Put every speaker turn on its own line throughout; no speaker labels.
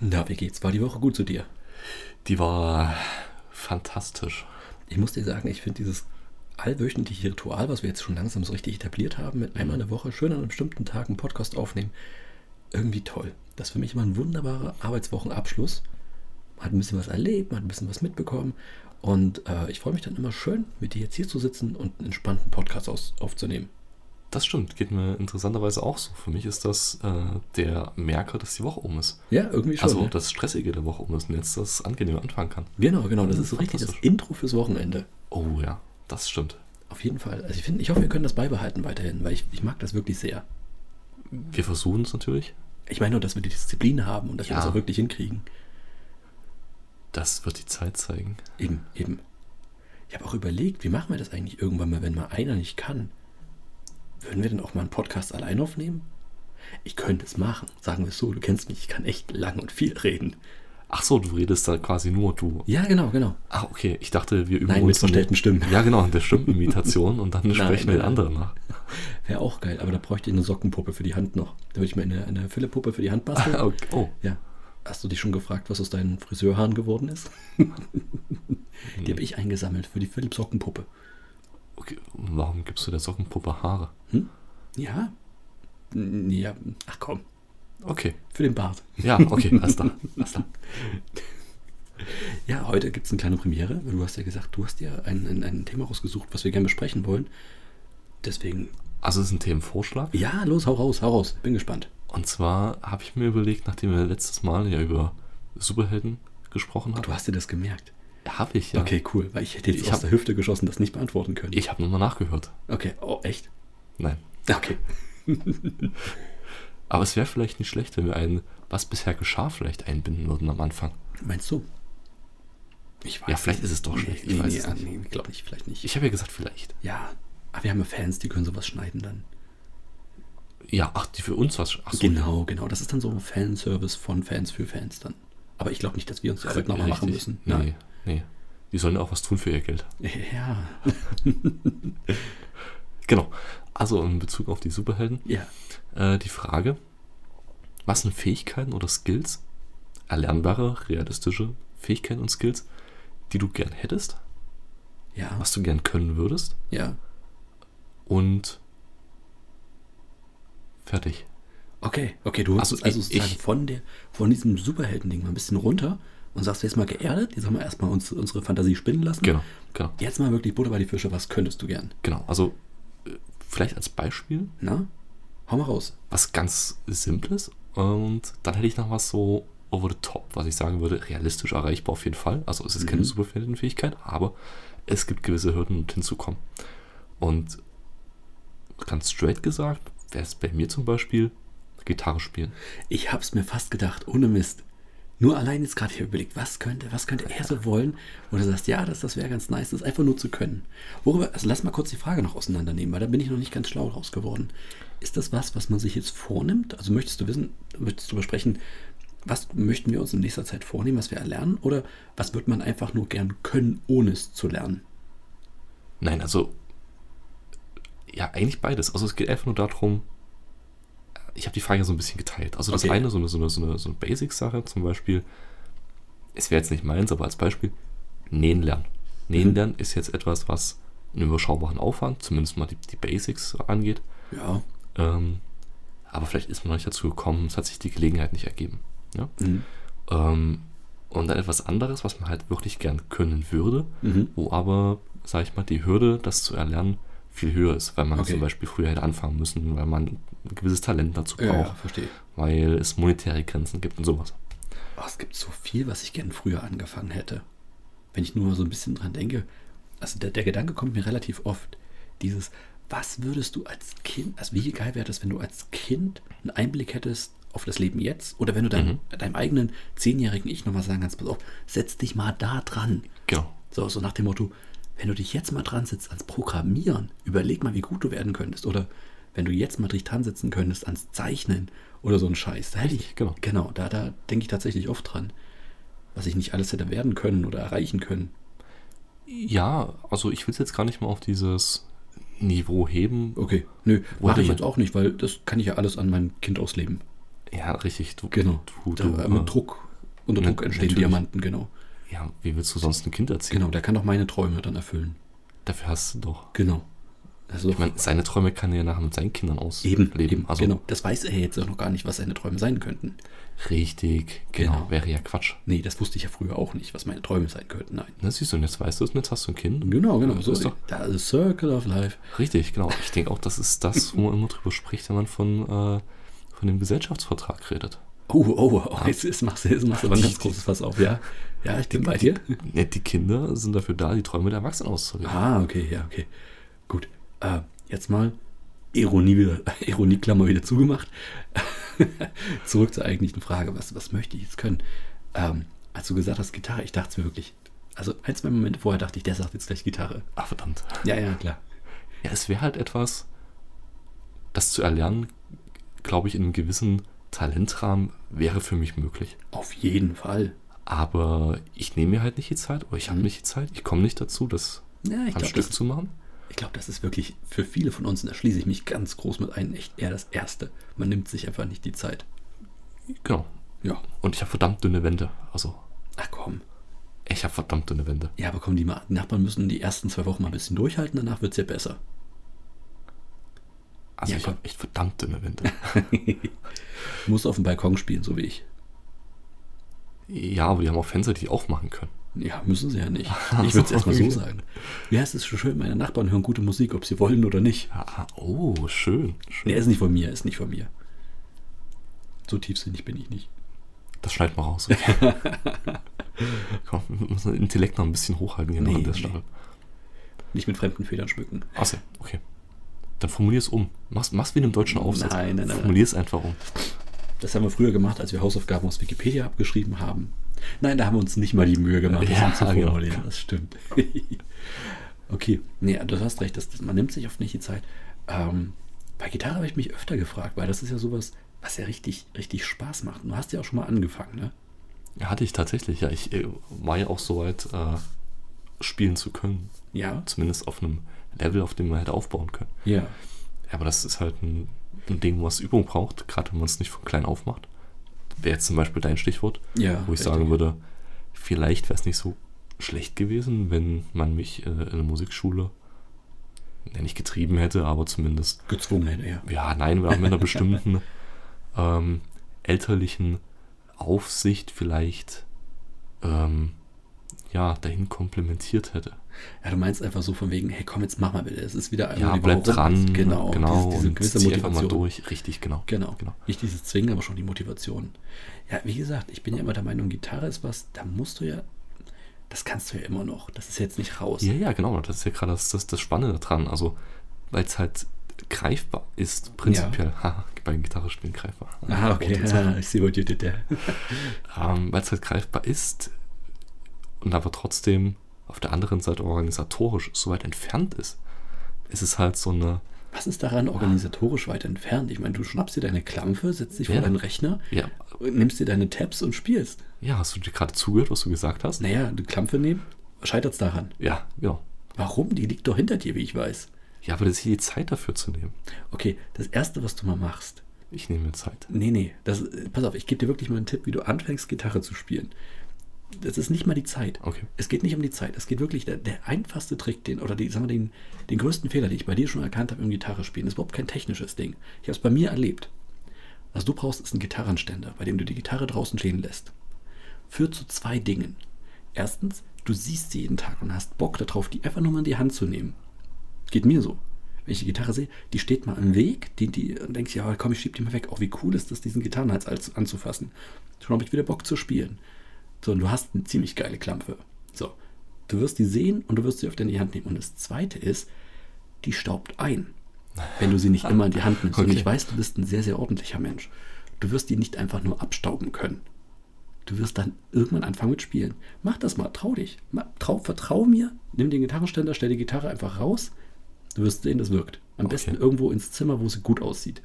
Na, wie geht's? War die Woche gut zu dir?
Die war fantastisch.
Ich muss dir sagen, ich finde dieses allwöchentliche Ritual, was wir jetzt schon langsam so richtig etabliert haben,
Mhm.
mit einmal in der Woche schön an einem bestimmten Tag einen Podcast aufnehmen, irgendwie toll. Das ist für mich immer ein wunderbarer Arbeitswochenabschluss. Man hat ein bisschen was erlebt, man hat ein bisschen was mitbekommen. Und äh, ich freue mich dann immer schön, mit dir jetzt hier zu sitzen und einen entspannten Podcast aus, aufzunehmen.
Das stimmt, geht mir interessanterweise auch so. Für mich ist das äh, der Merker, dass die Woche um ist.
Ja, irgendwie schon.
also
ne?
das Stressige der Woche um ist und jetzt das Angenehme anfangen kann.
genau, genau. Das ist so richtig das
Mhm, Fantastisch.
Intro fürs Wochenende.
Oh ja, das stimmt.
Auf jeden Fall. Also ich, finde, ich hoffe, wir können das beibehalten weiterhin, weil ich, ich mag das wirklich sehr.
Wir versuchen es natürlich.
Ich meine nur, dass wir die Disziplin haben und dass wir
Ja.
das auch wirklich hinkriegen.
Das wird die Zeit zeigen.
Eben, eben. Ich habe auch überlegt, wie machen wir das eigentlich irgendwann mal, wenn mal einer nicht kann? Würden wir dann auch mal einen Podcast allein aufnehmen? Ich könnte es machen, sagen wir es so. Du kennst mich, ich kann echt lang und viel reden.
Ach so, du redest da quasi nur du.
Ja, genau, genau.
Ach okay, ich dachte, wir üben
Nein, mit
uns eine-
verstellten Stimmen.
Ja genau, eine Stimmenimitation und dann sprechen wir
nein,
den anderen nach.
Wäre auch geil, aber da bräuchte ich eine Sockenpuppe für die Hand noch. Da würde ich mir eine, eine Füllepuppe für die Hand basteln.
Okay. Oh,
Ja. Hast du dich schon gefragt, was aus deinen Friseurhaaren geworden ist? die habe ich eingesammelt für die Philipp-Sockenpuppe.
okay. Warum gibst du der Sockenpuppe Haare?
Ja. N- Ja, ach komm,
Okay.
für den Bart.
Ja, okay, alles da. Alles da.
Ja, heute gibt es eine kleine Premiere, weil du hast ja gesagt, du hast ja ein, ein, ein Thema rausgesucht, was wir gerne besprechen wollen. Deswegen,
Also es ist ein Themenvorschlag.
ja, los, hau raus, hau raus. Bin gespannt.
Und zwar habe ich mir überlegt, nachdem wir letztes Mal ja über Superhelden gesprochen
Du
haben.
hast dir das gemerkt.
Habe ich ja.
Okay, cool, weil ich hätte jetzt
Ich
aus
hab-
der Hüfte geschossen, das nicht beantworten können.
Ich habe nochmal nachgehört.
okay, oh, echt?
Nein.
Okay.
Aber es wäre vielleicht nicht schlecht, wenn wir einen, was bisher geschah, vielleicht einbinden würden am Anfang.
Meinst du? Ich weiß
Ja, vielleicht ist es doch schlecht.
Nee,
Ich
nee,
weiß
nee,
es
ah,
nicht.
Nee, ich glaube nicht, vielleicht nicht.
Ich habe ja gesagt, vielleicht.
Ja, aber wir haben ja Fans, die können sowas schneiden dann.
Ja, ach, die für uns was. Ach so,
Genau, genau. Das ist dann so ein Fanservice von Fans für Fans dann. Aber ich glaube nicht, dass wir uns die Arbeit nochmal machen müssen.
Nee,
Nein.
nee. Die sollen auch was tun für ihr Geld.
Ja,
Genau. Also in Bezug auf die Superhelden,
ja.
äh, die Frage, was sind Fähigkeiten oder Skills, erlernbare, realistische Fähigkeiten und Skills, die du gern hättest,
Ja,
was du gern können würdest
ja.
und fertig.
Okay, okay, du holst
Also
uns also
ich-
sozusagen
ich-
von, der, von diesem Superhelden-Ding mal ein bisschen runter und sagst jetzt mal geerdet, jetzt haben wir erstmal uns, unsere Fantasie spinnen lassen.
Genau, genau,
Jetzt mal wirklich Butter bei die Fische, was könntest du gern?
genau. Also äh, vielleicht als Beispiel
Na? Hau mal raus.
was ganz Simples und dann hätte ich noch was so over the top, was ich sagen würde, realistisch erreichbar auf jeden Fall. Also es ist keine
Mhm.
Superheldenfähigkeit, aber es gibt gewisse Hürden, um hinzukommen. Und ganz straight gesagt, wäre es bei mir zum Beispiel Gitarre spielen.
Ich hab's mir fast gedacht, ohne Mist. Nur allein jetzt gerade hier überlegt, was könnte, was könnte er so wollen? Und du sagst, ja, das, das wäre ganz nice, das einfach nur zu können. Worüber, also lass mal kurz die Frage noch auseinandernehmen, weil da bin ich noch nicht ganz schlau draus geworden. Ist das was, was man sich jetzt vornimmt? Also möchtest du wissen, möchtest du besprechen, was möchten wir uns in nächster Zeit vornehmen, was wir erlernen? Oder was wird man einfach nur gern können, ohne es zu lernen?
Nein, also ja, eigentlich beides. Also es geht einfach nur darum, ich habe die Frage so ein bisschen geteilt. Also das
Okay.
eine, so eine, so eine, so eine, so eine Basic-Sache zum Beispiel, es wäre jetzt nicht meins, aber als Beispiel, nähen lernen. Nähen
Mhm.
lernen ist jetzt etwas, was einen überschaubaren Aufwand, zumindest mal die, die Basics angeht.
Ja.
Ähm, aber vielleicht ist man noch nicht dazu gekommen, es hat sich die Gelegenheit nicht ergeben. Ja?
Mhm.
Ähm, und dann etwas anderes, was man halt wirklich gern können würde,
Mhm.
wo aber, sag ich mal, die Hürde, das zu erlernen, viel höher ist, weil man
Okay.
zum Beispiel früher hätte anfangen müssen, weil man ein gewisses Talent dazu braucht,
Ja, ja, verstehe.
weil es monetäre Grenzen gibt und sowas.
Oh, es gibt so viel, was ich gern früher angefangen hätte. Wenn ich nur mal so ein bisschen dran denke, also der, der Gedanke kommt mir relativ oft. Dieses, was würdest du als Kind, also wie geil wäre das, wenn du als Kind einen Einblick hättest auf das Leben jetzt oder wenn du dein, deinem eigenen zehnjährigen Ich nochmal sagen kannst, pass auf, setz dich mal da dran.
Genau.
So, so nach dem Motto, wenn du dich jetzt mal dran sitzt ans Programmieren, überleg mal, wie gut du werden könntest. Oder wenn du jetzt mal dich dran sitzen könntest ans Zeichnen oder so ein Scheiß. Da hätte ich,
Richtig, genau.
Genau, da, da denke ich tatsächlich oft dran, was ich nicht alles hätte werden können oder erreichen können.
Ja, also ich will es jetzt gar nicht mal auf dieses Niveau heben.
Okay, nö,
Warte
mache ich
mal.
jetzt auch nicht, weil das kann ich ja alles an meinem Kind ausleben.
Ja, richtig. Du,
Genau.
Du,
Da,
du,
äh, mit
äh,
Druck Unter
Na,
Druck entstehen
natürlich.
Diamanten, genau.
Ja, wie willst du sonst ein Kind erziehen?
Genau, der kann doch meine Träume dann erfüllen.
Dafür hast du doch.
Genau. Also
Ich meine, seine Träume kann er ja nachher mit seinen Kindern ausleben.
eben, eben
also
genau. Das weiß er jetzt auch noch gar nicht, was seine Träume sein könnten.
richtig, genau,
Genau.
wäre ja Quatsch.
Nee, das wusste ich ja früher auch nicht, was meine Träume sein könnten. Nein.
Na, siehst du, und jetzt weißt du es und jetzt hast du ein Kind.
Genau, genau.
Das
So
ist
ist
doch-
da the Circle of Life.
Richtig, genau. Ich denke auch, das ist das, wo man immer drüber spricht, wenn man von, äh, von dem Gesellschaftsvertrag redet.
Oh, oh, oh jetzt, jetzt machst du, jetzt machst du aber ein ganz
Die-
großes Fass auf, ja? Ja, ich bin bei dir.
Ja, die Kinder sind dafür da, die Träume der Erwachsenen auszureden.
Ah, okay, ja, okay. Gut. Äh, jetzt mal Ironie wieder, Ironieklammer wieder zugemacht. Zurück zur eigentlichen Frage. Was, was möchte ich jetzt können? Ähm, als du gesagt hast, Gitarre, ich dachte es mir wirklich. Also ein, zwei Momente vorher dachte ich, der sagt jetzt gleich Gitarre.
Ah, verdammt.
Ja, ja, klar.
Ja, es wäre halt etwas, das zu erlernen, glaube ich, in einem gewissen Talentrahmen wäre für mich möglich.
Auf jeden Fall.
Aber ich nehme mir halt nicht die Zeit, oder ich habe
Mhm.
nicht die Zeit, ich komme nicht dazu, das
Ja, ich
am
glaube,
Stück
das,
zu machen.
ich glaub, das ist wirklich für viele von uns, und da schließe ich mich ganz groß mit ein, echt eher das Erste. Man nimmt sich einfach nicht die Zeit.
Genau.
Ja.
Und ich habe verdammt dünne Wände. Also,
Ach komm.
ich habe verdammt dünne Wände.
Ja, aber komm, die Ma- Nachbarn müssen die ersten zwei Wochen mal ein bisschen durchhalten, danach wird es ja besser.
Also,
Ja,
ich
komm.
habe echt verdammt dünne Wände.
Muss auf dem Balkon spielen, so wie ich.
ja, aber die haben auch Fenster, die ich auch machen können.
Ja, müssen sie ja nicht. Ich würde es erstmal so sagen. Ja, es ist schon schön, meine Nachbarn hören gute Musik, ob sie wollen oder nicht.
Ja, ah, oh, schön. schön.
Nee, ist nicht von mir, ist nicht von mir. So tiefsinnig bin ich nicht.
Das schneiden wir raus. Okay. Komm, wir müssen den Intellekt noch ein bisschen hochhalten hier noch
Nee,
in der
nee.
Staffel.
Nicht mit fremden Federn schmücken.
Achso, okay. Dann formulier es um. Mach's, mach's wie in einem deutschen Aufsatz.
Nein, nein, nein.
Formulier es einfach um.
Das haben wir früher gemacht, als wir Hausaufgaben aus Wikipedia abgeschrieben haben. Nein, da haben wir uns nicht mal die Mühe gemacht,
Ja,
das
genau.
umzuformulieren. Das stimmt. okay, nee, du hast recht, das, das, man nimmt sich oft nicht die Zeit. Ähm, bei Gitarre habe ich mich öfter gefragt, weil das ist ja sowas, was ja richtig, richtig Spaß macht. Und Du hast ja auch schon mal angefangen, ne?
Hatte ich tatsächlich, ja. Ich äh, war ja auch soweit, äh, spielen zu können.
Ja.
Zumindest auf einem Level, auf dem man hätte aufbauen können.
Ja.
Aber das ist halt ein, ein Ding, was Übung braucht, gerade wenn man es nicht von klein aufmacht. Wäre jetzt zum Beispiel dein Stichwort.
Ja.
wo ich sagen würde, vielleicht wäre es nicht so schlecht gewesen, wenn man mich äh, in der Musikschule ja, nicht getrieben hätte, aber zumindest,
gezwungen hätte, ja.
ja, nein, wir haben mit einer bestimmten ähm, elterlichen Aufsicht vielleicht ähm, ja, dahin komplementiert hätte.
Ja, du meinst einfach so von wegen, hey komm, jetzt mach mal bitte. Es ist wieder einmal
Ja,
die Woche
bleib
rum.
dran,
Genau,
genau,
diese, diese
und
gewisse
zieh einfach mal
Motivation.
durch. Richtig, genau.
Genau.
Genau.
Nicht dieses Zwingen, aber schon die Motivation. Ja, wie gesagt, ich bin ja immer der Meinung, Gitarre ist was, da musst du ja, das kannst du ja immer noch. Das ist jetzt nicht raus.
Ja, ja, genau. Das ist ja gerade das, das, das Spannende daran. Also, weil es halt greifbar ist, prinzipiell. Haha, bei Gitarre spielen greifbar.
Ah, okay.
Rotes
Ja, ich sehe, what you did there.
ähm, weil es halt greifbar ist und aber trotzdem auf der anderen Seite organisatorisch so weit entfernt ist, ist es halt so eine,
Was ist daran organisatorisch weit entfernt? Ich meine, du schnappst dir deine Klampfe, setzt dich vor
Ja.
deinen Rechner,
ja,
nimmst dir deine Tabs und spielst.
ja, hast du dir gerade zugehört, was du gesagt hast?
Naja, die Klampfe nehmen, scheitert es daran.
Ja, genau.
Warum? Die liegt doch hinter dir, wie ich weiß.
Ja, aber das hier die Zeit dafür zu nehmen.
Okay, das Erste, was du mal machst,
Ich nehme mir Zeit.
Nee, nee. Das, pass auf, ich gebe dir wirklich mal einen Tipp, wie du anfängst, Gitarre zu spielen. Das ist nicht mal die Zeit.
Okay.
Es geht nicht um die Zeit. Es geht wirklich, der, der einfachste Trick, den, oder die, sagen wir, den, den größten Fehler, den ich bei dir schon erkannt habe im Gitarrespielen, ist überhaupt kein technisches Ding. Ich habe es bei mir erlebt. Was du brauchst, ist ein Gitarrenständer, bei dem du die Gitarre draußen stehen lässt. Führt zu zwei Dingen. Erstens, du siehst sie jeden Tag und hast Bock darauf, die einfach nur mal in die Hand zu nehmen. Geht mir so. Wenn ich die Gitarre sehe, die steht mal im Weg, die, die denke ich, ja komm, ich schieb die mal weg. Oh, wie cool ist das, diesen Gitarrenhals als- anzufassen. Schon habe ich wieder Bock zu spielen. So, und du hast eine ziemlich geile Klampfe. So, du wirst die sehen und du wirst sie auf deine Hand nehmen. Und das Zweite ist, die staubt ein, wenn du sie nicht immer in die Hand nimmst. Und
Okay.
ich weiß, du bist ein sehr, sehr ordentlicher Mensch. Du wirst die nicht einfach nur abstauben können. Du wirst dann irgendwann anfangen mit Spielen. Mach das mal, trau dich. Ma- Trau, vertrau mir, nimm den Gitarrenständer, stell die Gitarre einfach raus. Du wirst sehen, das wirkt. Am
Okay.
besten irgendwo ins Zimmer, wo sie gut aussieht.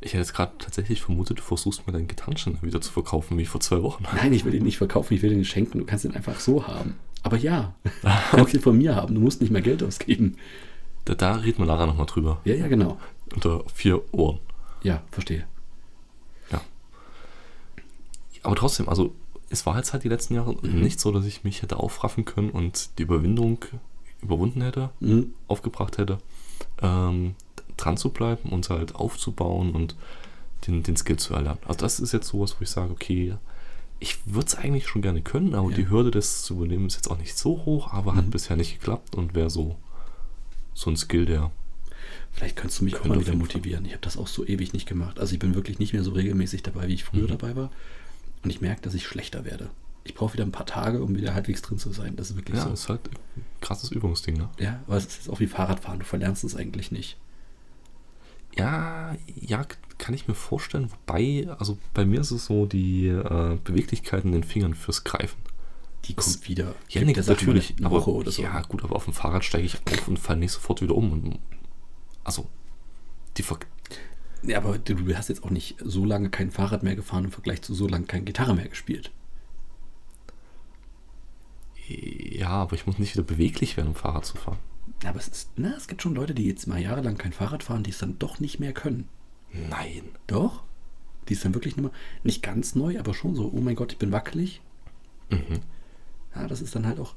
Ich hätte jetzt gerade tatsächlich vermutet, du versuchst mir deinen Gitarrenständer wieder zu verkaufen, wie vor zwei Wochen.
Nein, ich will ihn nicht verkaufen, ich will ihn schenken. Du kannst ihn einfach so haben. Aber ja, du kannst ihn von mir haben. Du musst nicht mehr Geld ausgeben.
Da, da reden wir nachher nochmal drüber.
Ja, ja, genau.
Unter vier Ohren.
Ja, verstehe.
aber trotzdem, also es war jetzt halt die letzten Jahre
Mhm.
nicht so, dass ich mich hätte aufraffen können und die Überwindung überwunden hätte,
Mhm.
aufgebracht hätte, ähm, dran zu bleiben und halt aufzubauen und den, den Skill zu erlernen. Also das ist jetzt sowas, wo ich sage, okay, ich würde es eigentlich schon gerne können, aber
Ja.
die Hürde, das zu übernehmen, ist jetzt auch nicht so hoch, aber hat
Mhm.
bisher nicht geklappt und wäre so, so ein Skill, der
Vielleicht kannst du mich auch
Könnte
mal
auf
wieder
jeden Fall.
motivieren. Ich habe das auch so ewig nicht gemacht. Also ich bin wirklich nicht mehr so regelmäßig dabei, wie ich früher
Mhm.
dabei war. Und ich merke, dass ich schlechter werde. Ich brauche wieder ein paar Tage, um wieder halbwegs drin zu sein. Das ist wirklich
ja,
so.
ist halt ein krasses Übungsding, ne?
Ja, aber es ist jetzt auch wie Fahrradfahren. Du verlernst es eigentlich nicht.
Ja, ja, k- kann ich mir vorstellen. Wobei, also bei mir ist es so, die äh, Beweglichkeit in den Fingern fürs Greifen.
Die
Das-
kommt wieder. Ich
Ja,
geb
nee,
der Sache mal
natürlich.
eine
Aber,
Woche oder so.
Ja, gut, aber auf dem Fahrrad steige ich auf und falle nicht sofort wieder um. Und, also, die Ver
Ja, aber du, du hast jetzt auch nicht so lange kein Fahrrad mehr gefahren im Vergleich zu so lange keine Gitarre mehr gespielt.
Ja, aber ich muss nicht wieder beweglich werden, um Fahrrad zu fahren.
Ja, Aber es ist, na, es gibt schon Leute, die jetzt mal jahrelang kein Fahrrad fahren, die es dann doch nicht mehr können.
Nein.
Doch? Die ist dann wirklich nur mal, nicht ganz neu, aber schon so, oh mein Gott, ich bin wackelig.
Mhm.
Ja, das ist dann halt auch,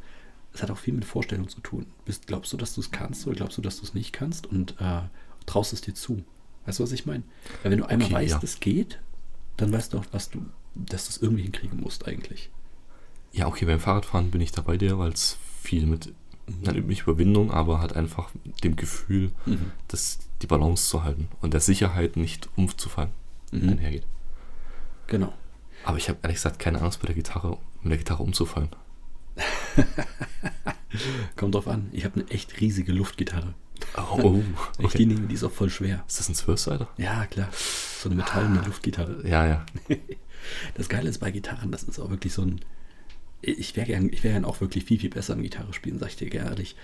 es hat auch viel mit Vorstellung zu tun. Bist, glaubst du, dass du es kannst oder glaubst du, dass du es nicht kannst und äh, traust es dir zu? Weißt du, was ich meine? Weil wenn du einmal
Okay,
weißt,
ja.
es geht, dann weißt du auch, was du, dass du es irgendwie hinkriegen musst eigentlich.
Ja, okay, beim Fahrradfahren bin ich da bei dir, weil es viel mit, nein, nicht Überwindung, aber halt einfach dem Gefühl,
Mhm.
das, die Balance zu halten und der Sicherheit nicht umzufallen
Mhm.
einhergeht.
Genau.
Aber ich habe ehrlich gesagt keine Angst bei der Gitarre, mit der Gitarre umzufallen.
Kommt drauf an. Ich habe eine echt riesige Luftgitarre.
Oh,
Wenn ich die nehme, die ist auch voll schwer.
Ist das ein Zwölfseiter?
Ja, klar. So eine metallene
Ah.
Luftgitarre.
Ja, ja.
Das Geile ist bei Gitarren, das ist auch wirklich so ein. Ich wäre gern, ich wär gern auch wirklich viel, viel besser am Gitarre spielen, sag ich dir ehrlich.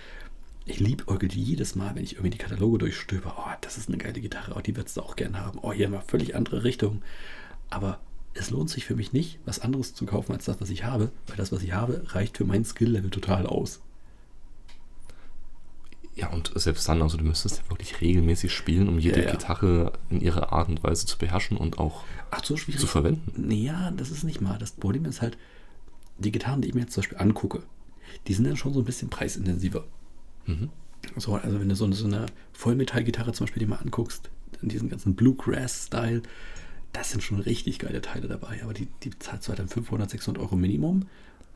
Ich liebäugel jedes Mal, wenn ich irgendwie die Kataloge durchstöber. Oh, das ist eine geile Gitarre, oh, die würdest du auch gern haben. Oh, hier mal völlig andere Richtung. Aber es lohnt sich für mich nicht, was anderes zu kaufen als das, was ich habe, weil das, was ich habe, reicht für mein Skill-Level total aus.
Ja, und selbst dann, also du müsstest ja wirklich regelmäßig spielen, um jede
Ja, ja.
Gitarre in ihrer Art und Weise zu beherrschen und auch
Ach, so schwierig.
zu verwenden.
Nee, Ja, das ist nicht mal. Das Problem ist halt, die Gitarren, die ich mir jetzt zum Beispiel angucke, die sind dann schon so ein bisschen preisintensiver.
Mhm.
So, also wenn du so, so eine Vollmetallgitarre zum Beispiel dir mal anguckst, in diesem ganzen Bluegrass-Style, das sind schon richtig geile Teile dabei. Aber die, die zahlst du halt dann 500, 600 Euro Minimum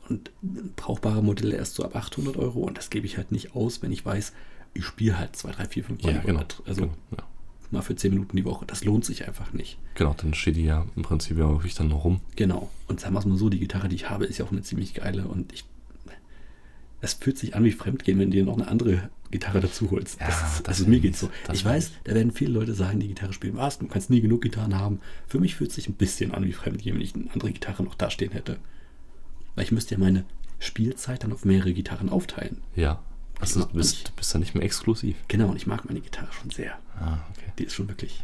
und brauchbare Modelle erst so ab 800 Euro. Und das gebe ich halt nicht aus, wenn ich weiß, ich spiele halt 2, 3, 4, 5 Mal
Ja,
die
genau.
Woche. Also
genau, ja.
mal für 10 Minuten die Woche. Das lohnt sich einfach nicht.
genau, dann steht die ja im Prinzip ja wirklich dann noch rum.
Genau. Und sagen wir es mal so, die Gitarre, die ich habe, ist ja auch eine ziemlich geile und ich. Es fühlt sich an wie Fremdgehen, wenn du dir noch eine andere Gitarre dazu holst.
Ja,
das ist,
das
also mir
ist-
geht's so.
das
Ich weiß, da werden viele Leute sagen, die Gitarre spielen, was, du kannst nie genug Gitarren haben. Für mich fühlt es sich ein bisschen an wie Fremdgehen, wenn ich eine andere Gitarre noch da stehen hätte. Weil ich müsste ja meine Spielzeit dann auf mehrere Gitarren aufteilen.
Ja. Also
Genau.
du bist, du bist dann nicht mehr exklusiv.
Genau, und ich mag meine Gitarre schon sehr.
Ah, okay.
Die ist schon wirklich.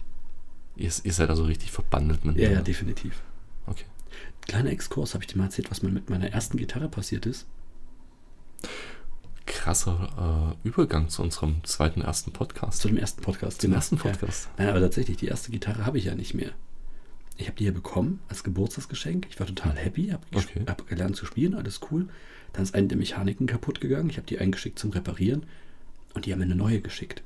Ihr, ihr seid also richtig verbandelt mit
Ja, ja, definitiv.
Okay.
Kleiner Exkurs, habe ich dir mal erzählt, was mir mit meiner ersten Gitarre passiert ist.
Krasser äh, Übergang zu unserem zweiten, ersten Podcast.
Zu dem ersten Podcast.
Zum
genau.
ersten
Ja.
Podcast.
Nein, aber tatsächlich, die erste Gitarre habe ich ja nicht mehr. Ich habe die ja bekommen als Geburtstagsgeschenk. Ich war total happy, habe
Okay.
hab gelernt zu spielen, alles cool. Dann ist eine der Mechaniken kaputt gegangen. Ich habe die eingeschickt zum Reparieren und die haben mir eine neue geschickt.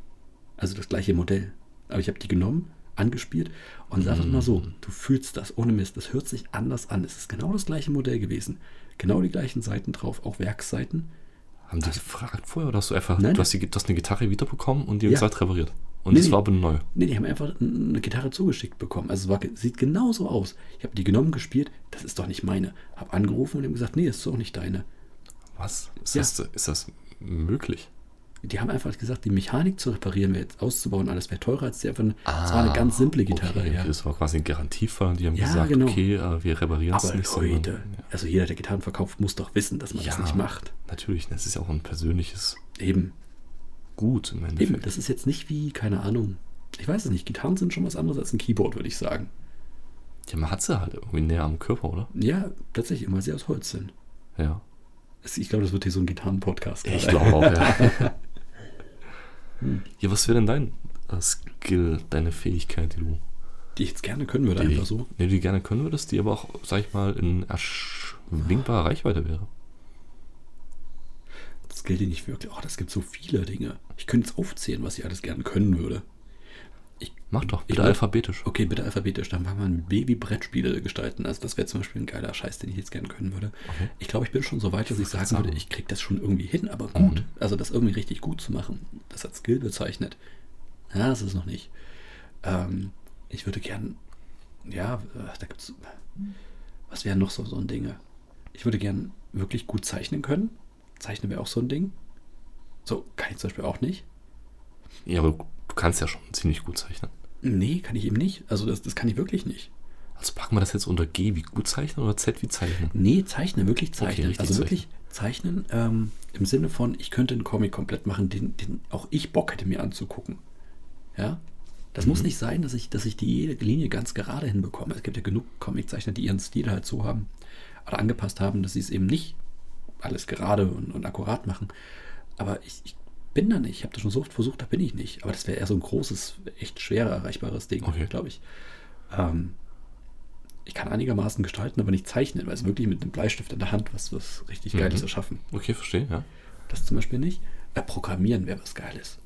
Also das gleiche Modell. Aber ich habe die genommen, angespielt und sag es mal so,
Hm.
du fühlst das ohne Mist. Das hört sich anders an. Es ist genau das gleiche Modell gewesen. Genau die gleichen Seiten drauf, auch Werksseiten.
Haben die gefragt vorher oder hast du einfach,
Nein,
du hast, die, du hast eine Gitarre wiederbekommen und die
Ja.
gesagt repariert? Und
Nee,
es
nee.
war aber eine neue.
Nee, die haben einfach eine Gitarre zugeschickt bekommen. Also es war, sieht genauso aus. Ich habe die genommen, gespielt, das ist doch nicht meine. Hab angerufen und ihm gesagt, nee, das ist doch nicht deine.
Was? Ist,
Ja.
das, ist das möglich?
Die haben einfach gesagt, die Mechanik zu reparieren, wäre jetzt auszubauen, alles wäre teurer als die einfach. Eine,
Ah,
das war eine ganz simple Gitarre,
Okay,
ja.
Das war quasi ein Garantiefall und die haben
Ja,
gesagt,
genau.
okay, äh, wir reparieren es
Aber
nicht. sondern-
Leute, also jeder, der Gitarren verkauft, muss doch wissen, dass man das
Ja.
nicht macht.
Natürlich, das ist ja auch ein persönliches
Eben,
Gut im
eben.
Endeffekt.
Das ist jetzt nicht wie, keine Ahnung. Ich weiß es nicht, Gitarren sind schon was anderes als ein Keyboard, würde ich sagen.
Ja, man hat sie halt irgendwie näher am Körper, oder?
Ja, tatsächlich, weil sie aus Holz sind.
Ja.
Ich glaube, das wird hier so ein Gitarren-Podcast.
Ich
gerade.
glaube auch, ja. ja, was wäre denn dein äh, Skill, deine Fähigkeit, die du
die ich jetzt gerne können würde,
die,
einfach so.
nee, die gerne können würdest, die aber auch, sag ich mal, in erschwingbarer Reichweite wäre.
Das gilt dir nicht wirklich. Oh, das gibt so viele Dinge. Ich könnte jetzt aufzählen, was ich alles gerne können würde.
Mach doch, bitte
glaub-
alphabetisch.
Okay, bitte alphabetisch, dann fangen wir an mit Baby-Brettspiele gestalten. Also das wäre zum Beispiel ein geiler Scheiß, den ich jetzt gerne können würde.
Okay.
Ich glaube, ich bin schon so weit, dass ich sagen
sagen.
würde, ich kriege das schon irgendwie hin, aber gut.
Mhm.
Also das irgendwie richtig gut zu machen, das hat Skill bezeichnet. Ja, das ist noch nicht. Ähm, ich würde gern, ja, äh, da gibt's, was wären noch so, so ein Dinge? Ich würde gern wirklich gut zeichnen können. Zeichnen wäre auch so ein Ding. So, kann ich zum Beispiel auch nicht.
Ja, aber du kannst ja schon ziemlich gut zeichnen.
Nee, kann ich eben nicht. Also das, das kann ich wirklich nicht.
Also packen wir das jetzt unter G wie gut zeichnen oder Z wie zeichnen?
Nee, zeichnen, wirklich
Okay,
zeichnen.
richtig
also wirklich zeichnen ähm, im Sinne von, ich könnte einen Comic komplett machen, den, den auch ich Bock hätte mir anzugucken. Ja? Das
Mhm.
muss nicht sein, dass ich, dass ich die jede Linie ganz gerade hinbekomme. Es gibt ja genug Comiczeichner, die ihren Stil halt so haben oder angepasst haben, dass sie es eben nicht alles gerade und, und akkurat machen. Aber ich, ich bin da nicht. Ich habe das schon so oft versucht, da bin ich nicht. Aber das wäre eher so ein großes, echt schwer erreichbares Ding,
Okay.
glaube ich. Ähm, ich kann einigermaßen gestalten, aber nicht zeichnen, weil es wirklich mit einem Bleistift in der Hand was, was richtig
Mhm.
Geiles erschaffen.
Okay, verstehe, ja.
Das zum Beispiel nicht. Äh, programmieren wäre was Geiles.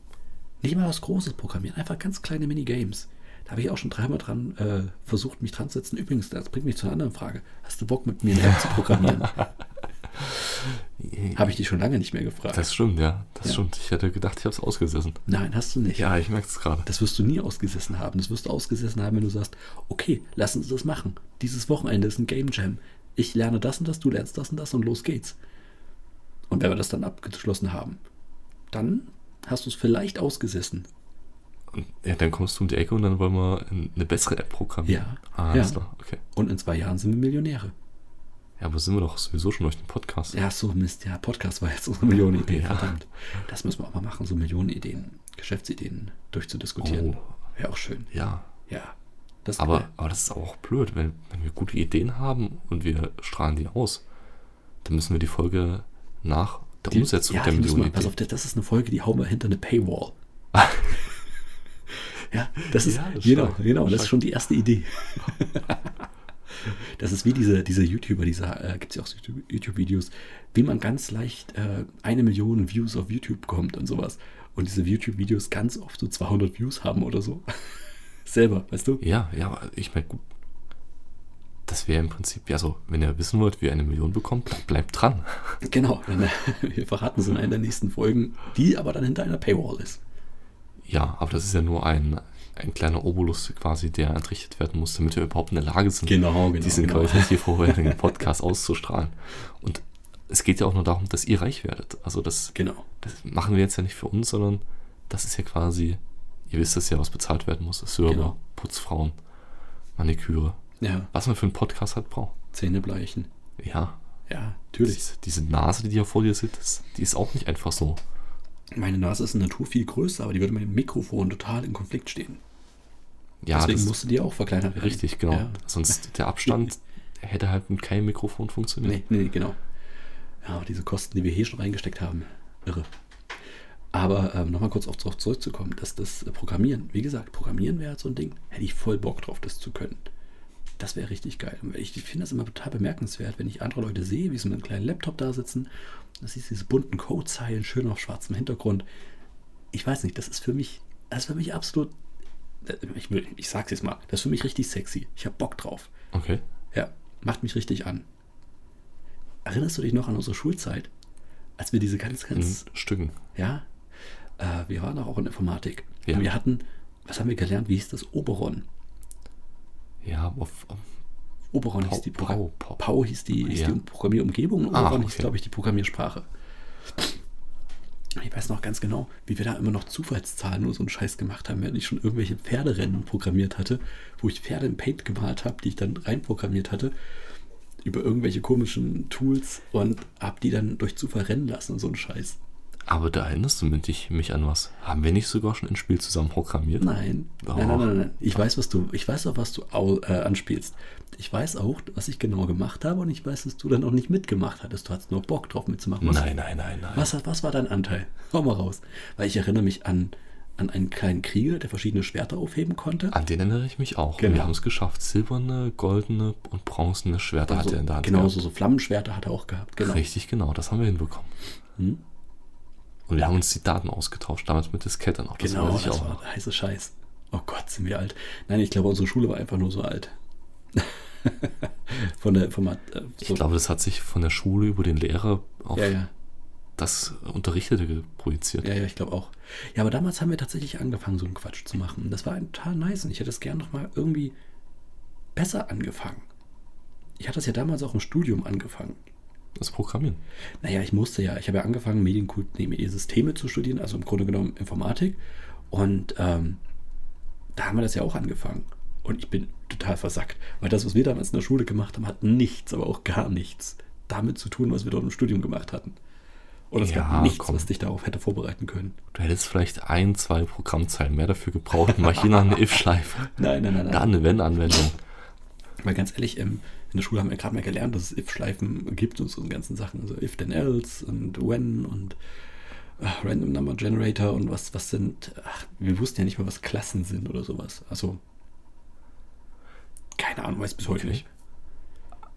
Nicht mal was Großes programmieren, einfach ganz kleine Minigames. Da habe ich auch schon dreimal dran äh, versucht, mich dran zu setzen. Übrigens, das bringt mich zu einer anderen Frage. Hast du Bock, mit mir eine App zu programmieren? habe ich dich schon lange nicht mehr gefragt.
Das stimmt, ja. Das
Ja.
stimmt. Ich hätte gedacht, ich habe es ausgesessen.
Nein, hast du nicht.
Ja, ich merke es gerade.
Das wirst du nie ausgesessen haben. Das wirst du ausgesessen haben, wenn du sagst, okay, lass uns das machen. Dieses Wochenende ist ein Game Jam. Ich lerne das und das, du lernst das und das und los geht's. Und wenn wir das dann abgeschlossen haben, dann hast du es vielleicht ausgesessen.
Und, ja, dann kommst du um die Ecke und dann wollen wir ein- eine bessere App programmieren.
Ja.
Ah, alles
Ja.
klar. Okay.
Und in zwei Jahren sind wir Millionäre.
Ja, aber sind wir doch sowieso schon durch den Podcast.
Ja, so Mist, ja, Podcast war jetzt unsere Millionenidee,
Ja.
verdammt. Das müssen wir auch mal machen, so Millionenideen, Geschäftsideen durchzudiskutieren.
Oh.
Wäre auch schön.
Ja.
Ja. Das
Aber, aber das ist auch blöd, wenn, wenn wir gute Ideen haben und wir strahlen die aus, dann müssen wir die Folge nach der
Die-
Umsetzung
ja,
der
die müssen
Millionen.
wir-
E
Pass auf, das- das ist eine Folge, die hauen wir hinter eine Paywall. ja, das ist,
Ja, das ist
genau,
stark.
genau, das
Stark.
ist schon die erste Idee. das ist wie diese, diese YouTuber, die sa- äh, gibt es ja auch so YouTube- YouTube-Videos, wie man ganz leicht äh, eine Million Views auf YouTube kommt und sowas. Und diese YouTube-Videos ganz oft so 200 Views haben oder so. Selber, weißt du?
Ja, ja, aber ich meine, gut. Das wäre im Prinzip, ja so, wenn ihr wissen wollt, wie ihr eine Million bekommt, ble- bleibt dran.
Genau, dann, wir verraten es in einer der nächsten Folgen, die aber dann hinter einer Paywall ist.
Ja, aber das ist ja nur ein, ein kleiner Obolus quasi, der entrichtet werden muss, damit wir überhaupt in der Lage sind,
Genau, genau,
diesen
genau.
qualitativ hochwertigen Podcast auszustrahlen. Und es geht ja auch nur darum, dass ihr reich werdet. Also das,
Genau.
das machen wir jetzt ja nicht für uns, sondern das ist ja quasi, ihr wisst das ja, was bezahlt werden muss. Server,
Genau.
Putzfrauen, Maniküre.
Ja,
Was man für einen Podcast hat, braucht.
Zähne bleichen.
Ja,
Ja, natürlich.
diese, diese Nase, die da vor dir sitzt, die ist auch nicht einfach so.
Meine Nase ist in Natur viel größer, aber die würde mit dem Mikrofon total in Konflikt stehen.
Ja,
Deswegen
das
musste die auch verkleinert werden.
Richtig, genau.
Ja.
Sonst der Abstand hätte halt mit keinem Mikrofon funktioniert.
Nee, nee, genau. Ja, aber diese Kosten, die wir hier schon reingesteckt haben, irre. Aber ähm, nochmal kurz auf- drauf zurückzukommen, dass das äh, Programmieren, wie gesagt, Programmieren wäre halt so ein Ding, hätte ich voll Bock drauf, das zu können. Das wäre richtig geil. Und ich ich finde das immer total bemerkenswert, wenn ich andere Leute sehe, wie sie mit einem kleinen Laptop da sitzen. Da siehst du diese bunten Codezeilen schön auf schwarzem Hintergrund. Ich weiß nicht, das ist für mich, das ist für mich absolut, äh, ich, will- ich sag's jetzt mal, das ist für mich richtig sexy. Ich habe Bock drauf.
Okay.
Ja, macht mich richtig an. Erinnerst du dich noch an unsere Schulzeit? Als wir diese ganz,
In
ganz,
Stücken.
ja, äh, wir waren doch auch in Informatik.
Ja.
Und wir hatten, was haben wir gelernt? Wie hieß das? Oberon.
Ja, auf, auf,
Oberon
Pau-
hieß die Progra-
Pau- Pau.
Pau hieß die, hieß
Ja.
die Programmierumgebung und
Ah,
Oberon hieß,
okay.
glaube ich, die Programmiersprache. Ich weiß noch ganz genau, wie wir da immer noch Zufallszahlen und so einen Scheiß gemacht haben, wenn ich schon irgendwelche Pferderennen programmiert hatte, wo ich Pferde in Paint gemalt habe, die ich dann reinprogrammiert hatte, über irgendwelche komischen Tools und habe die dann durch Zufall rennen lassen und so einen Scheiß.
aber da erinnerst du mich, mich an was. Haben wir nicht sogar schon ein Spiel zusammen programmiert?
Nein.
Doch.
Nein, nein, nein, nein. Ich weiß, was du, ich weiß auch, was du au, äh, anspielst. Ich weiß auch, was ich genau gemacht habe und ich weiß, dass du dann auch nicht mitgemacht hattest. Du hattest nur Bock drauf mitzumachen. Was,
Nein, nein, nein, nein.
Was, was war dein Anteil? Hau mal raus. Weil ich erinnere mich an, an einen kleinen Krieger, der verschiedene Schwerter aufheben konnte.
An den erinnere ich mich auch.
Genau.
Wir haben es geschafft. Silberne, goldene und bronzene Schwerter
Also,
hat er in der Hand.
genau,
gehabt.
so, so Flammenschwerter hat er auch gehabt. Genau.
Richtig, genau. Das haben wir hinbekommen.
Hm?
Und wir haben uns die Daten ausgetauscht, damals mit Disketten auch. Das
Genau,
weiß ich
das
auch
war
noch.
der heiße Scheiß. Oh Gott, sind wir alt. Nein, ich glaube, unsere Schule war einfach nur so alt. Von der Format. Äh, so.
Ich glaube, das hat sich von der Schule über den Lehrer auf
ja, ja,
das Unterrichtete ge- projiziert.
ja, ja, ich glaube auch. Ja, aber damals haben wir tatsächlich angefangen, so einen Quatsch zu machen. Und Das war total nice und ich hätte es gern nochmal irgendwie besser angefangen. Ich hatte das ja damals auch im Studium angefangen.
Das Programmieren.
Naja, ich musste ja. Ich habe ja angefangen, Medienkult, nee, Mediensysteme zu studieren, also im Grunde genommen Informatik. Und ähm, da haben wir das ja auch angefangen. Und ich bin total versackt, weil das, was wir damals in der Schule gemacht haben, hat nichts, aber auch gar nichts damit zu tun, was wir dort im Studium gemacht hatten. Und es
Ja,
gab nichts,
komm.
was dich darauf hätte vorbereiten können.
Du hättest vielleicht ein, zwei Programmzeilen mehr dafür gebraucht. Mach hier noch eine If-Schleife.
Nein, nein, nein, nein.
Da eine Wenn-Anwendung.
Weil ganz ehrlich, ähm, in der Schule haben wir gerade mal gelernt, dass es If-Schleifen gibt und so ganzen Sachen. Also If, Then, Else und When und äh, Random Number Generator und was, was sind. Ach, wir wussten ja nicht mal, was Klassen sind oder sowas. Also. Keine Ahnung, weiß bis heute
Okay.
nicht.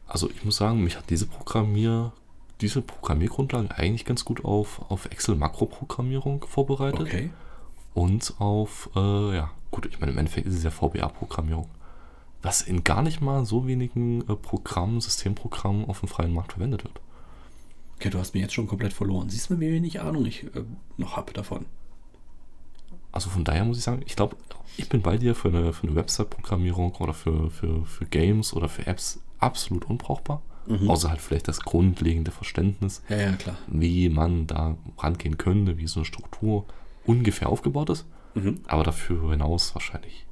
Also ich muss sagen, mich hat diese Programmier, diese Programmiergrundlagen eigentlich ganz gut auf, auf Excel-Makroprogrammierung vorbereitet.
Okay.
und auf, äh, ja, gut, ich meine, im Endeffekt ist es ja VBA-Programmierung. Was in gar nicht mal so wenigen äh, Programmen, Systemprogrammen auf dem freien Markt verwendet wird.
Okay, du hast mich jetzt schon komplett verloren. Siehst du, wie wenig Ahnung ich äh, noch habe davon.
Also von daher muss ich sagen, ich glaube, ich bin bei dir für eine, für eine Website-Programmierung oder für, für, für Games oder für Apps absolut unbrauchbar. Außer halt vielleicht das grundlegende Verständnis,
Ja, ja, klar.
wie man da rangehen könnte, wie so eine Struktur ungefähr aufgebaut ist.
Mhm.
Aber dafür hinaus wahrscheinlich.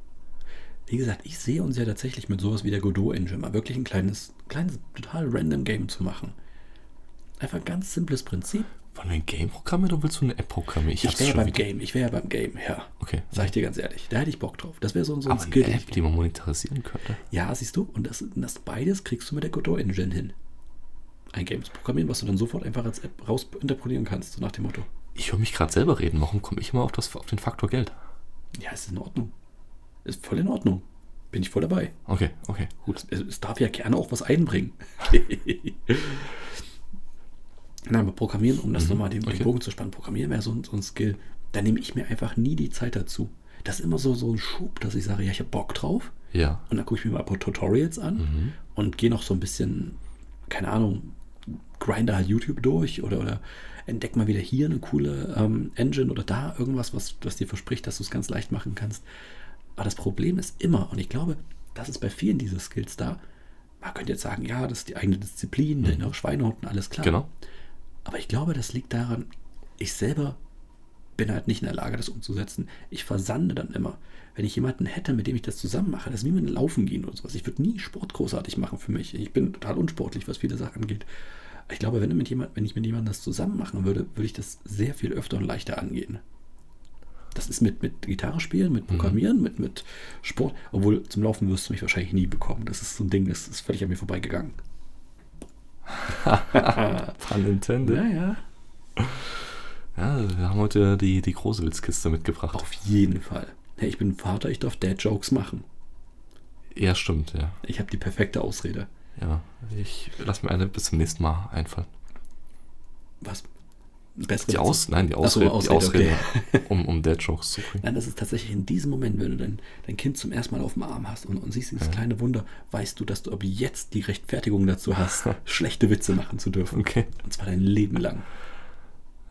Wie gesagt, ich sehe uns ja tatsächlich mit sowas wie der Godot Engine mal wirklich ein kleines, kleines, total random Game zu machen. Einfach ein ganz simples Prinzip.
Wollen wir ein Game programmieren oder willst du eine App programmieren?
Ich
hab's
wäre ja
schon
beim
wieder-
Game, ich wäre ja beim Game, ja.
Okay.
Sag ich dir ganz ehrlich, da hätte ich Bock drauf. Das wäre so, so ein
Aber eine
Skill. den
App,
ich-
die man monetarisieren könnte.
Ja, siehst du, und das, das beides kriegst du mit der Godot Engine hin. Ein Game zu programmieren, was du dann sofort einfach als App raus interpretieren kannst, so nach dem Motto.
Ich höre mich gerade selber reden. Warum komme ich immer auf, das, auf den Faktor Geld?
Ja, ist in Ordnung. Ist voll in Ordnung. Bin ich voll dabei.
Okay, okay, gut.
Es, es darf ja gerne auch was einbringen. Nein, aber Programmieren, um das nochmal den,
Mhm. okay.
den Bogen zu spannen, Programmieren wäre so, ein- so ein Skill. Da nehme ich mir einfach nie die Zeit dazu. Das ist immer so, so ein Schub, dass ich sage, ja, ich habe Bock drauf.
Ja.
Und dann gucke ich mir mal ein paar Tutorials an und gehe noch so ein bisschen, keine Ahnung, grinde halt YouTube durch oder, oder entdeck mal wieder hier eine coole ähm, Engine oder da irgendwas, was, was dir verspricht, dass du es ganz leicht machen kannst. Aber das Problem ist immer, und ich glaube, das ist bei vielen dieser Skills da, man könnte jetzt sagen, ja, das ist die eigene Disziplin, der innere Schweinehund und alles klar.
Genau.
Aber ich glaube, das liegt daran, ich selber bin halt nicht in der Lage, das umzusetzen. Ich versande dann immer. Wenn ich jemanden hätte, mit dem ich das zusammen mache, das ist wie mit Laufen gehen oder sowas. Ich würde nie Sport großartig machen für mich. Ich bin total unsportlich, was viele Sachen angeht. Ich glaube, wenn, du mit jemand, wenn ich mit jemandem das zusammen machen würde, würde ich das sehr viel öfter und leichter angehen. Das ist mit, mit Gitarre spielen, mit Programmieren, mit, mit Sport. Obwohl zum Laufen wirst du mich wahrscheinlich nie bekommen. Das ist so ein Ding, das ist völlig an mir vorbeigegangen.
Pun intended.
Naja.
Ja, wir haben heute die, die große Witzkiste mitgebracht.
Auf jeden Fall. Hey, ich bin Vater, ich darf Dad-Jokes machen.
Ja, stimmt, ja.
Ich habe die perfekte Ausrede.
Ja. Ich lass mir eine bis zum nächsten Mal einfallen.
Was? Bessere
Die Aus, nein, die
Ach so,
Ausrede,
Ausrede,
die Ausrede um, um Dead Jokes zu bringen.
Nein, das ist tatsächlich in diesem Moment, wenn du dein, dein Kind zum ersten Mal auf dem Arm hast und, und siehst dieses kleine Wunder, weißt du, dass du ab jetzt die Rechtfertigung dazu hast, schlechte Witze machen zu dürfen.
Okay.
Und zwar dein Leben lang.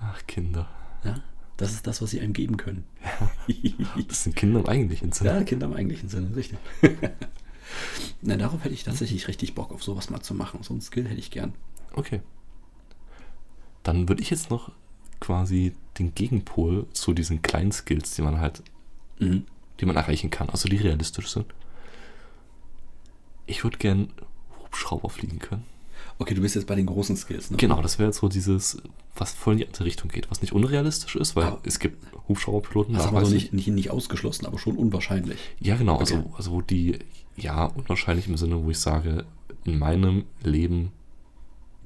Ach, Kinder.
Ja? Das ist das, was sie einem geben können.
Das sind Kinder im eigentlichen Sinne.
ja, Kinder im eigentlichen Sinne, richtig. Na, darauf hätte ich tatsächlich richtig Bock, auf sowas mal zu machen. So ein Skill hätte ich gern.
Okay. Dann würde ich jetzt noch quasi den Gegenpol zu diesen kleinen Skills, die man halt,
Mhm.
die man erreichen kann, also die realistisch sind. Ich würde gern Hubschrauber fliegen können.
Okay, du bist jetzt bei den großen Skills, ne?
Genau, das wäre jetzt so dieses, was voll in die andere Richtung geht, was nicht unrealistisch ist, weil
Aber-
es gibt Hubschrauberpiloten,
Das haben wir
weiß
so
ich-
nicht, nicht, nicht ausgeschlossen, aber schon unwahrscheinlich.
Ja, genau,
Okay.
also, also wo die, ja, unwahrscheinlich im Sinne, wo ich sage, in meinem Leben,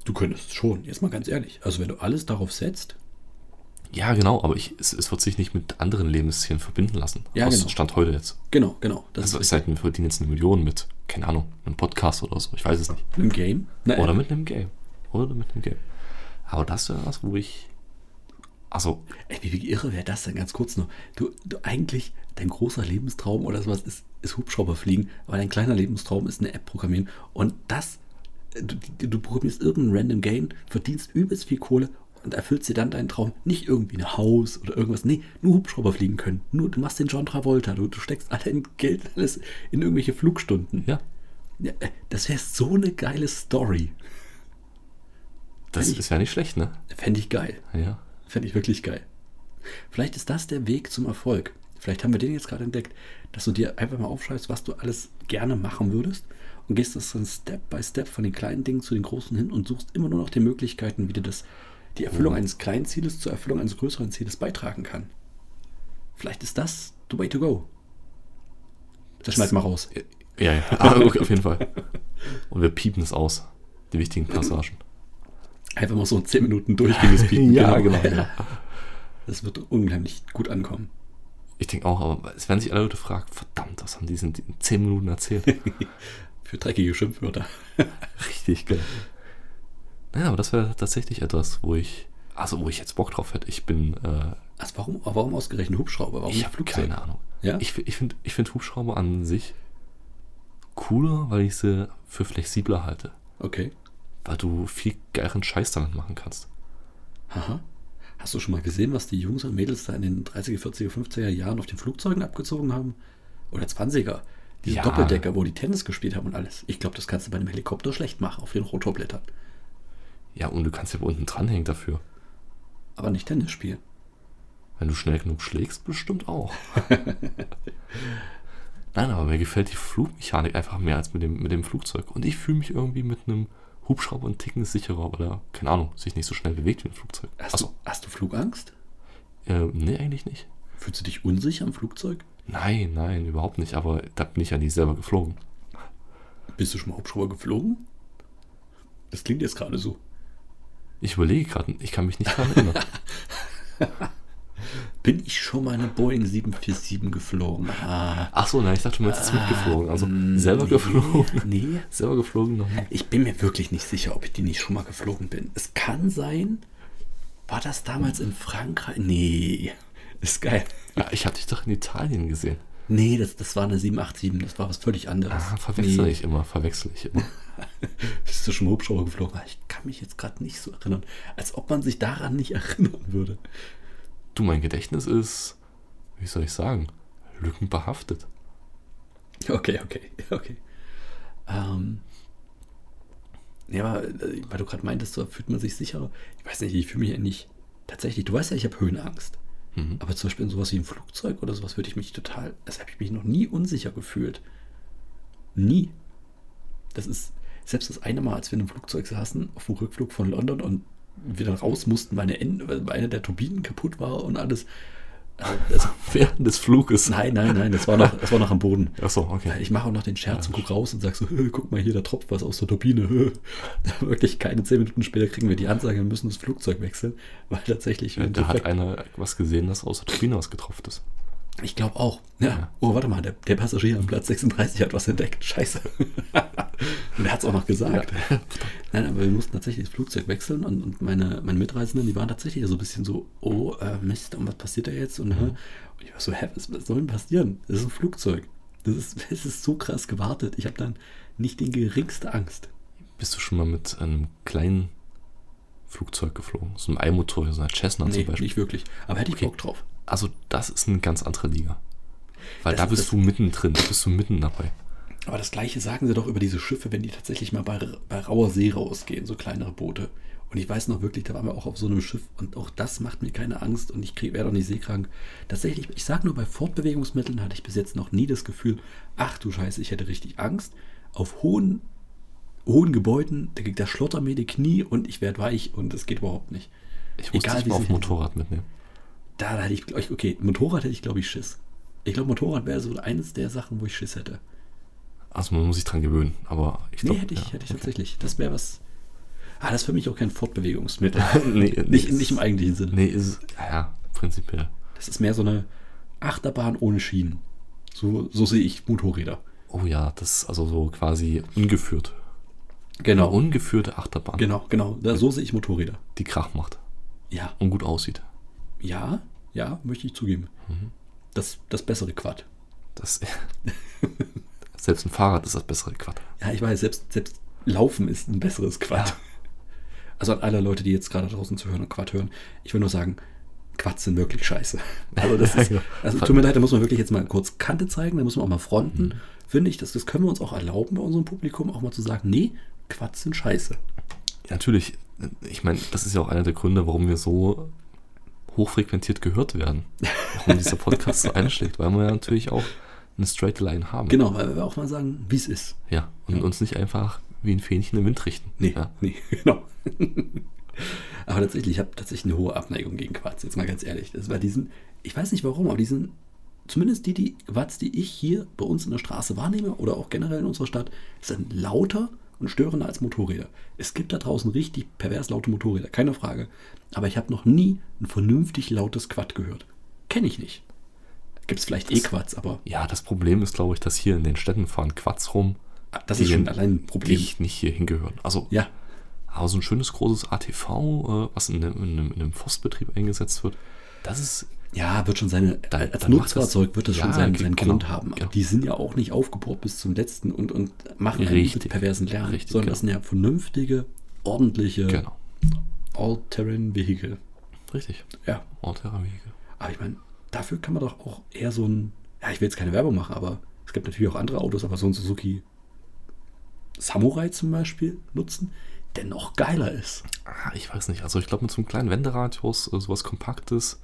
Du könntest schon, jetzt mal ganz ehrlich. Also wenn du alles darauf setzt,
Ja, genau, aber ich, es, es wird sich nicht mit anderen Lebenszielen verbinden lassen.
Ja,
aus
genau.
Stand heute jetzt.
Genau, genau. Das
Also
ist
es sei denn, wir verdienen jetzt eine Million mit, keine Ahnung, einem Podcast oder so, ich weiß es nicht.
im Game. Na,
Oder mit einem Game. Oder mit einem Game. Aber das wäre was, wo ich. Also,
Ey, wie, wie irre wäre das denn? Ganz kurz noch. Du, du eigentlich, dein großer Lebenstraum oder sowas ist, ist Hubschrauber fliegen, aber dein kleiner Lebenstraum ist eine App programmieren. Und das, äh, du, du- du programmierst irgendein random Game, verdienst übelst viel Kohle und erfüllst dir dann deinen Traum. Nicht irgendwie ein Haus oder irgendwas. Nee, nur Hubschrauber fliegen können. Nur, du machst den John Travolta. Du, du steckst alle in Geld, alles in irgendwelche Flugstunden.
ja,
Ja, äh, das wäre so eine geile Story.
das
Wenn ich-
ist ja nicht schlecht, ne?
Fände ich geil.
Ja.
Fände ich wirklich geil. Vielleicht ist das der Weg zum Erfolg. Vielleicht haben wir den jetzt gerade entdeckt, dass du dir einfach mal aufschreibst, was du alles gerne machen würdest und gehst das dann Step by Step von den kleinen Dingen zu den großen hin und suchst immer nur noch die Möglichkeiten, wie dir das, die Erfüllung
Mhm.
eines kleinen Zieles zur Erfüllung eines größeren Zieles beitragen kann. Vielleicht ist das the way to go. Das schneid mal raus.
Ja, ja. Ah, okay, auf jeden Fall. Und wir piepen es aus. Die wichtigen Passagen.
Einfach mal so in 10 Minuten durchgehend Piepen.
genau.
Das wird unheimlich gut ankommen.
Ich denke auch, aber es werden sich alle Leute fragen, verdammt, was haben die in in 10 Minuten erzählt?
Für dreckige Schimpfwörter.
Richtig geil. Ja, aber das wäre tatsächlich etwas, wo ich, also wo ich jetzt Bock drauf hätte. Ich bin, äh,
Also warum, warum ausgerechnet Hubschrauber? Warum
ich
nicht
habe
Flugzeug?
keine Ahnung.
Ja?
Ich, fi- ich finde ich find Hubschrauber an sich cooler, weil ich sie für flexibler halte.
Okay.
Weil du viel geileren Scheiß damit machen kannst.
Haha. Hast du schon mal gesehen, was die Jungs und Mädels da in den 30er, 40er, 50er Jahren auf den Flugzeugen abgezogen haben? Oder 20er? Diese
Ja.
Doppeldecker, wo die Tennis gespielt haben und alles. Ich glaube, das kannst du bei einem Helikopter schlecht machen, auf den Rotorblättern.
Ja, und du kannst ja unten dranhängen dafür.
Aber nicht Tennis spielen.
Wenn du schnell genug schlägst, bestimmt auch. Nein, aber mir gefällt die Flugmechanik einfach mehr als mit dem, mit dem Flugzeug. Und ich fühle mich irgendwie mit einem Hubschrauber einen Ticken sicherer, weil er, keine Ahnung, sich nicht so schnell bewegt wie ein Flugzeug.
Hast,
Achso,
du, hast du Flugangst?
äh, nee, eigentlich nicht.
Fühlst du dich unsicher am Flugzeug?
Nein, nein, überhaupt nicht. Aber da bin ich ja nicht selber geflogen.
Bist du schon mal Hubschrauber geflogen? Das klingt jetzt gerade so.
Ich überlege gerade, ich kann mich nicht daran erinnern.
Bin ich schon mal eine Boeing 747 geflogen? Ah,
Achso, nein, ich dachte, du meinst es mitgeflogen. Also
Mm.
selber geflogen.
nee.
Selber geflogen noch nie.
Ich bin mir wirklich nicht sicher, ob ich die nicht schon mal geflogen bin. Es kann sein, war das damals in Frankreich? Nee, ist geil.
Ja, ich habe dich doch in Italien gesehen.
Nee, das, das war eine 787, das war was völlig anderes.
Ah, verwechsel
Nee.
ich immer, verwechsel ich immer.
Bist du schon im Hubschrauber geflogen? Ich kann mich jetzt gerade nicht so erinnern. Als ob man sich daran nicht erinnern würde.
Du, mein Gedächtnis ist, wie soll ich sagen, lückenbehaftet.
Okay, okay, okay. Ähm, ja, aber äh, weil du gerade meintest, so fühlt man sich sicherer. Ich weiß nicht, ich fühle mich ja nicht. Tatsächlich, du weißt ja, ich habe Höhenangst.
Mhm.
Aber zum Beispiel in sowas wie im Flugzeug oder sowas würde ich mich total, das habe ich mich noch nie unsicher gefühlt. Nie. Das ist, selbst das eine Mal, als wir in einem Flugzeug saßen, auf dem Rückflug von London und wir dann raus mussten, weil eine, End- weil eine der Turbinen kaputt war und alles. Also, das,
Während des Fluges.
nein, nein, nein, das war noch, das war noch am Boden.
Achso,
Weil
okay.
Ich mache auch noch den Scherz und gucke raus und sage so, "Hö, guck mal hier, da tropft was aus der Turbine. hö." Wirklich keine zehn Minuten später kriegen wir die Ansage, wir müssen das Flugzeug wechseln, weil tatsächlich... im
Äh, Da hat
Endeffekt-
einer was gesehen, das aus der Turbine ausgetropft ist.
ich glaube auch. Ja.
Ja.
Oh, warte mal, der, der Passagier am Platz 36 hat was entdeckt. Scheiße. und er hat es auch noch gesagt. Nein, aber wir mussten tatsächlich das Flugzeug wechseln und, und meine, meine Mitreisenden, die waren tatsächlich so ein bisschen so, oh äh, Mist, und was passiert da jetzt?
Mhm.
Und, hä? und ich war so, hä, was, was soll denn passieren? Das ist ein Flugzeug. Das ist, das ist so krass gewartet. Ich habe dann nicht die geringste Angst.
Bist du schon mal mit einem kleinen Flugzeug geflogen? So einem Eilmotor, so einer Cessna
Nee,
zum Beispiel.
nicht wirklich. Aber hätte ich
Okay.
Bock drauf.
Also, das ist eine ganz andere Liga.
Das
Weil da
ist das-
bist du mittendrin, da bist du mitten dabei.
Aber das Gleiche sagen sie doch über diese Schiffe, wenn die tatsächlich mal bei, bei rauer See rausgehen, so kleinere Boote. Und ich weiß noch wirklich, da waren wir auch auf so einem Schiff und auch das macht mir keine Angst und ich werde doch nicht seekrank. Tatsächlich, ich sag nur, bei Fortbewegungsmitteln hatte ich bis jetzt noch nie das Gefühl, ach du Scheiße, ich hätte richtig Angst. Auf hohen, hohen Gebäuden, da, da schlottern mir die Knie und ich werde weich und es geht überhaupt nicht.
Ich muss
Egal,
dich
wie
mal auf
sie-
Motorrad mitnehmen.
Da, da hätte ich, glaub ich, okay, Motorrad hätte ich, glaube ich, Schiss. Ich glaube, Motorrad wäre so eines der Sachen, wo ich Schiss hätte.
Also, man muss sich dran gewöhnen. Aber ich
Nee,
glaub,
hätte ich,
ja,
hätte ich
okay.
tatsächlich. Das wäre was. Ah, das ist für mich auch kein Fortbewegungsmittel.
nee,
nicht,
ist-
nicht im eigentlichen Sinne.
Nee, ist. Ja, prinzipiell.
Das ist mehr so eine Achterbahn ohne Schienen. So, so sehe ich Motorräder.
Oh ja, das ist also so quasi ungeführt.
Genau.
Ungeführte Achterbahn,
Genau, genau. Da, so sehe ich Motorräder.
die Krach macht
Ja.
und gut aussieht.
Ja, ja, möchte ich zugeben.
Mhm.
Das, das bessere Quad.
Das, selbst ein Fahrrad ist das bessere Quad.
Ja, ich weiß, selbst, selbst Laufen ist ein besseres Quad. Also an alle Leute, die jetzt gerade draußen zuhören und Quad hören, ich will nur sagen, Quads sind wirklich scheiße. Also das ist,
Ja,
also
genau.
tut mir leid, da muss man wirklich jetzt mal kurz Kante zeigen, da muss man auch mal fronten. Finde ich, das, das können wir uns auch erlauben bei unserem Publikum, auch mal zu sagen, nee, Quads sind scheiße.
Natürlich, ich meine, das ist ja auch einer der Gründe, warum wir so hochfrequentiert gehört werden. Warum dieser Podcast so einschlägt, weil wir ja natürlich auch eine straight line haben.
Genau, weil wir auch mal sagen, wie es ist.
Ja, und
Ja.
uns nicht einfach wie ein Fähnchen im Wind richten.
Nee,
Ja.
nee, genau. aber tatsächlich, ich habe tatsächlich eine hohe Abneigung gegen Quads, jetzt mal ganz ehrlich. Das war diesen, ich weiß nicht warum, aber diesen, zumindest die, die Quads, die ich hier bei uns in der Straße wahrnehme oder auch generell in unserer Stadt, sind lauter und störender als Motorräder. Es gibt da draußen richtig pervers laute Motorräder, keine Frage. Aber ich habe noch nie ein vernünftig lautes Quad gehört. Kenne ich nicht. Gibt es vielleicht E-Quads, aber
ja, das Problem ist, glaube ich, dass hier in den Städten fahren Quads rum,
das ist
die-
schon allein ein Problem.
die nicht hier hingehören. Also
Ja,
Aber so ein schönes großes ATV, äh, was in einem, in, einem, in einem Forstbetrieb eingesetzt wird, das ist.
Ja, wird schon seine,
Da-
als
dann macht
Nutzfahrzeug
das-
wird das schon
Ja,
seinen,
ge-
seinen
genau,
Grund haben. Aber
genau.
die sind ja auch nicht aufgebohrt bis zum letzten und, und machen einen
Richtig,
mit perversen Lärm,
richtig,
sondern
genau.
das sind ja vernünftige, ordentliche
Genau.
All-Terrain-Vehicle.
Richtig. Oh,
Ja,
Orterra-Wege.
aber ich meine, dafür kann man doch auch eher so ein, ja, ich will jetzt keine Werbung machen, aber es gibt natürlich auch andere Autos, aber so ein Suzuki Samurai zum Beispiel nutzen, der noch geiler ist.
Ah, ich weiß nicht. Also ich glaube mit so einem kleinen Wenderadius, äh, sowas kompaktes.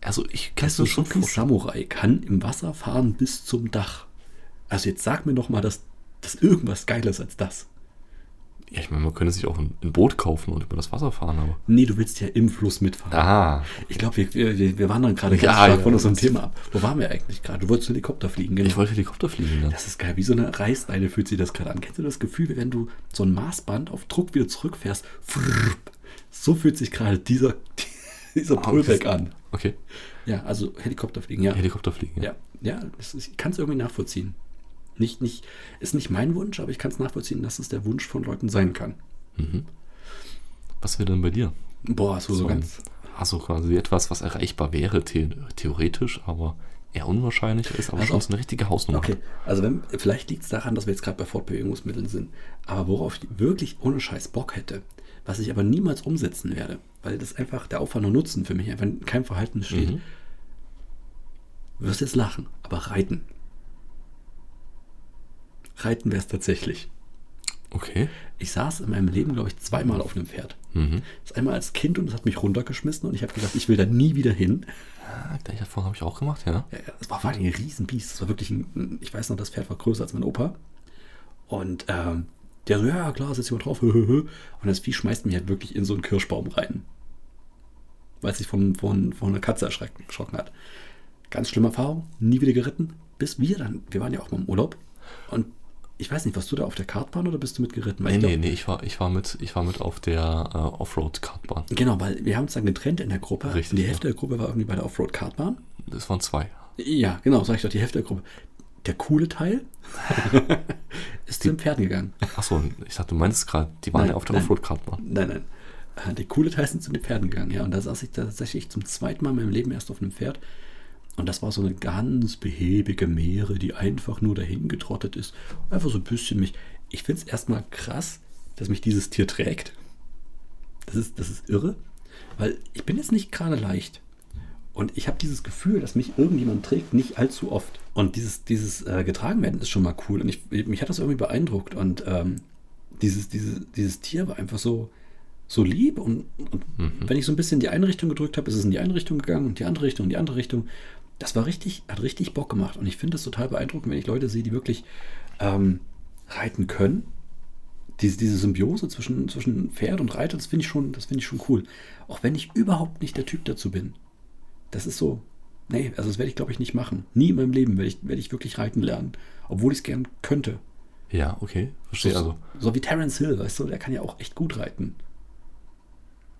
Also ich kann
Der
es mir schon
Suzuki
vorstellen.
Samurai kann im Wasser fahren bis zum Dach. Also jetzt sag mir noch mal, dass, dass irgendwas Geiles als das.
Ja, ich meine, man könnte sich auch ein, ein Boot kaufen und über das Wasser fahren, aber.
Nee, du willst ja im Fluss mitfahren.
Aha.
Ich glaube, wir, wir, wir- wir wandern gerade ganz
Ja,
stark
ja.
von unserem Thema ab. Wo waren wir eigentlich gerade? Du wolltest Helikopter fliegen, genau.
Ich wollte Helikopter fliegen dann.
Das ist geil. Wie so eine Reißleine fühlt sich das gerade an. Kennst du das Gefühl, wie wenn du so ein Maßband auf Druck wieder zurückfährst? Frrrp. So fühlt sich gerade dieser, dieser Pullback an.
Okay.
Ja, also Helikopter fliegen, ja.
Ah, Helikopter fliegen.
Ja, ja das ist, ich kann es irgendwie nachvollziehen. Nicht, nicht, ist nicht mein Wunsch, aber ich kann es nachvollziehen, dass es der Wunsch von Leuten sein kann.
Was wäre denn bei dir?
Boah, so, so,
So ein-
ganz.
Also quasi etwas, was erreichbar wäre, the theoretisch, aber eher unwahrscheinlich ist, aber
Also-
schon so eine richtige Hausnummer.
Okay, also wenn, vielleicht liegt es daran, dass wir jetzt gerade bei Fortbewegungsmitteln sind. Aber worauf ich wirklich ohne Scheiß Bock hätte, was ich aber niemals umsetzen werde, weil das einfach der Aufwand und Nutzen für mich einfach in keinem Verhalten steht.
Mhm.
Wirst jetzt lachen, aber reiten. Reiten wäre es tatsächlich.
Okay.
Ich saß in meinem Leben, glaube ich, zweimal auf einem Pferd.
Mhm.
Das einmal als Kind und das hat mich runtergeschmissen und ich habe gedacht, ich will da nie wieder hin.
Ah, gleich davor habe ich auch gemacht, ja.
Ja, ja, Es war vor allem ein Riesenbiest. Es war wirklich ein, ich weiß noch, das Pferd war größer als mein Opa. Und ähm, der so, ja klar, sitzt jemand drauf. Und das Vieh schmeißt mich halt wirklich in so einen Kirschbaum rein. Weil es sich von, von, von einer Katze erschrecken- erschrocken hat. Ganz schlimme Erfahrung, nie wieder geritten. Bis wir dann, wir waren ja auch mal im Urlaub. Und ich weiß nicht, warst du da auf der Kartbahn oder bist du mitgeritten? Weil
Nee,
ich glaub-
nee, nee, ich war, ich war mit, ich war mit auf der äh, Offroad-Kartbahn.
Genau, weil wir haben uns dann getrennt in der Gruppe.
Richtig,
Die
ja.
Hälfte der Gruppe war irgendwie bei der Offroad-Kartbahn.
Das waren zwei.
Ja, genau, sag ich doch, die Hälfte der Gruppe. Der coole Teil ist zu den Pferden gegangen.
Achso, ich dachte, du meinst gerade, die waren
Nein,
ja auf der
nein.
Offroad-Kartbahn.
Nein, nein. Äh, Der coole Teil sind zu den Pferden gegangen, ja. Und da saß ich tatsächlich zum zweiten Mal in meinem Leben erst auf einem Pferd. Und das war so eine ganz behäbige Meere, die einfach nur dahin getrottet ist. Einfach so ein bisschen mich. Ich finde es erstmal krass, dass mich dieses Tier trägt. Das ist, das ist irre, weil ich bin jetzt nicht gerade leicht. Und ich habe dieses Gefühl, dass mich irgendjemand trägt, nicht allzu oft. Und dieses, dieses äh, getragen werden ist schon mal cool. Und ich, mich hat das irgendwie beeindruckt. Und ähm, dieses, dieses, dieses Tier war einfach so, so lieb. Und, und wenn ich so ein bisschen in die eine Richtung gedrückt habe, ist es in die eine Richtung gegangen und die andere Richtung und die andere Richtung. Das war richtig, hat richtig Bock gemacht. Und ich finde das total beeindruckend, wenn ich Leute sehe, die wirklich ähm, reiten können diese, diese Symbiose zwischen, zwischen Pferd und Reiter, das finde ich, schon- das finde ich schon cool. Auch wenn ich überhaupt nicht der Typ dazu bin. Das ist so. Nee, also das werde ich, glaube ich, nicht machen. Nie in meinem Leben werde ich, werde ich wirklich reiten lernen. Obwohl ich es gern könnte.
Ja, okay.
So,
Verstehe also.
so wie Terence Hill, weißt du, der kann ja auch echt gut reiten.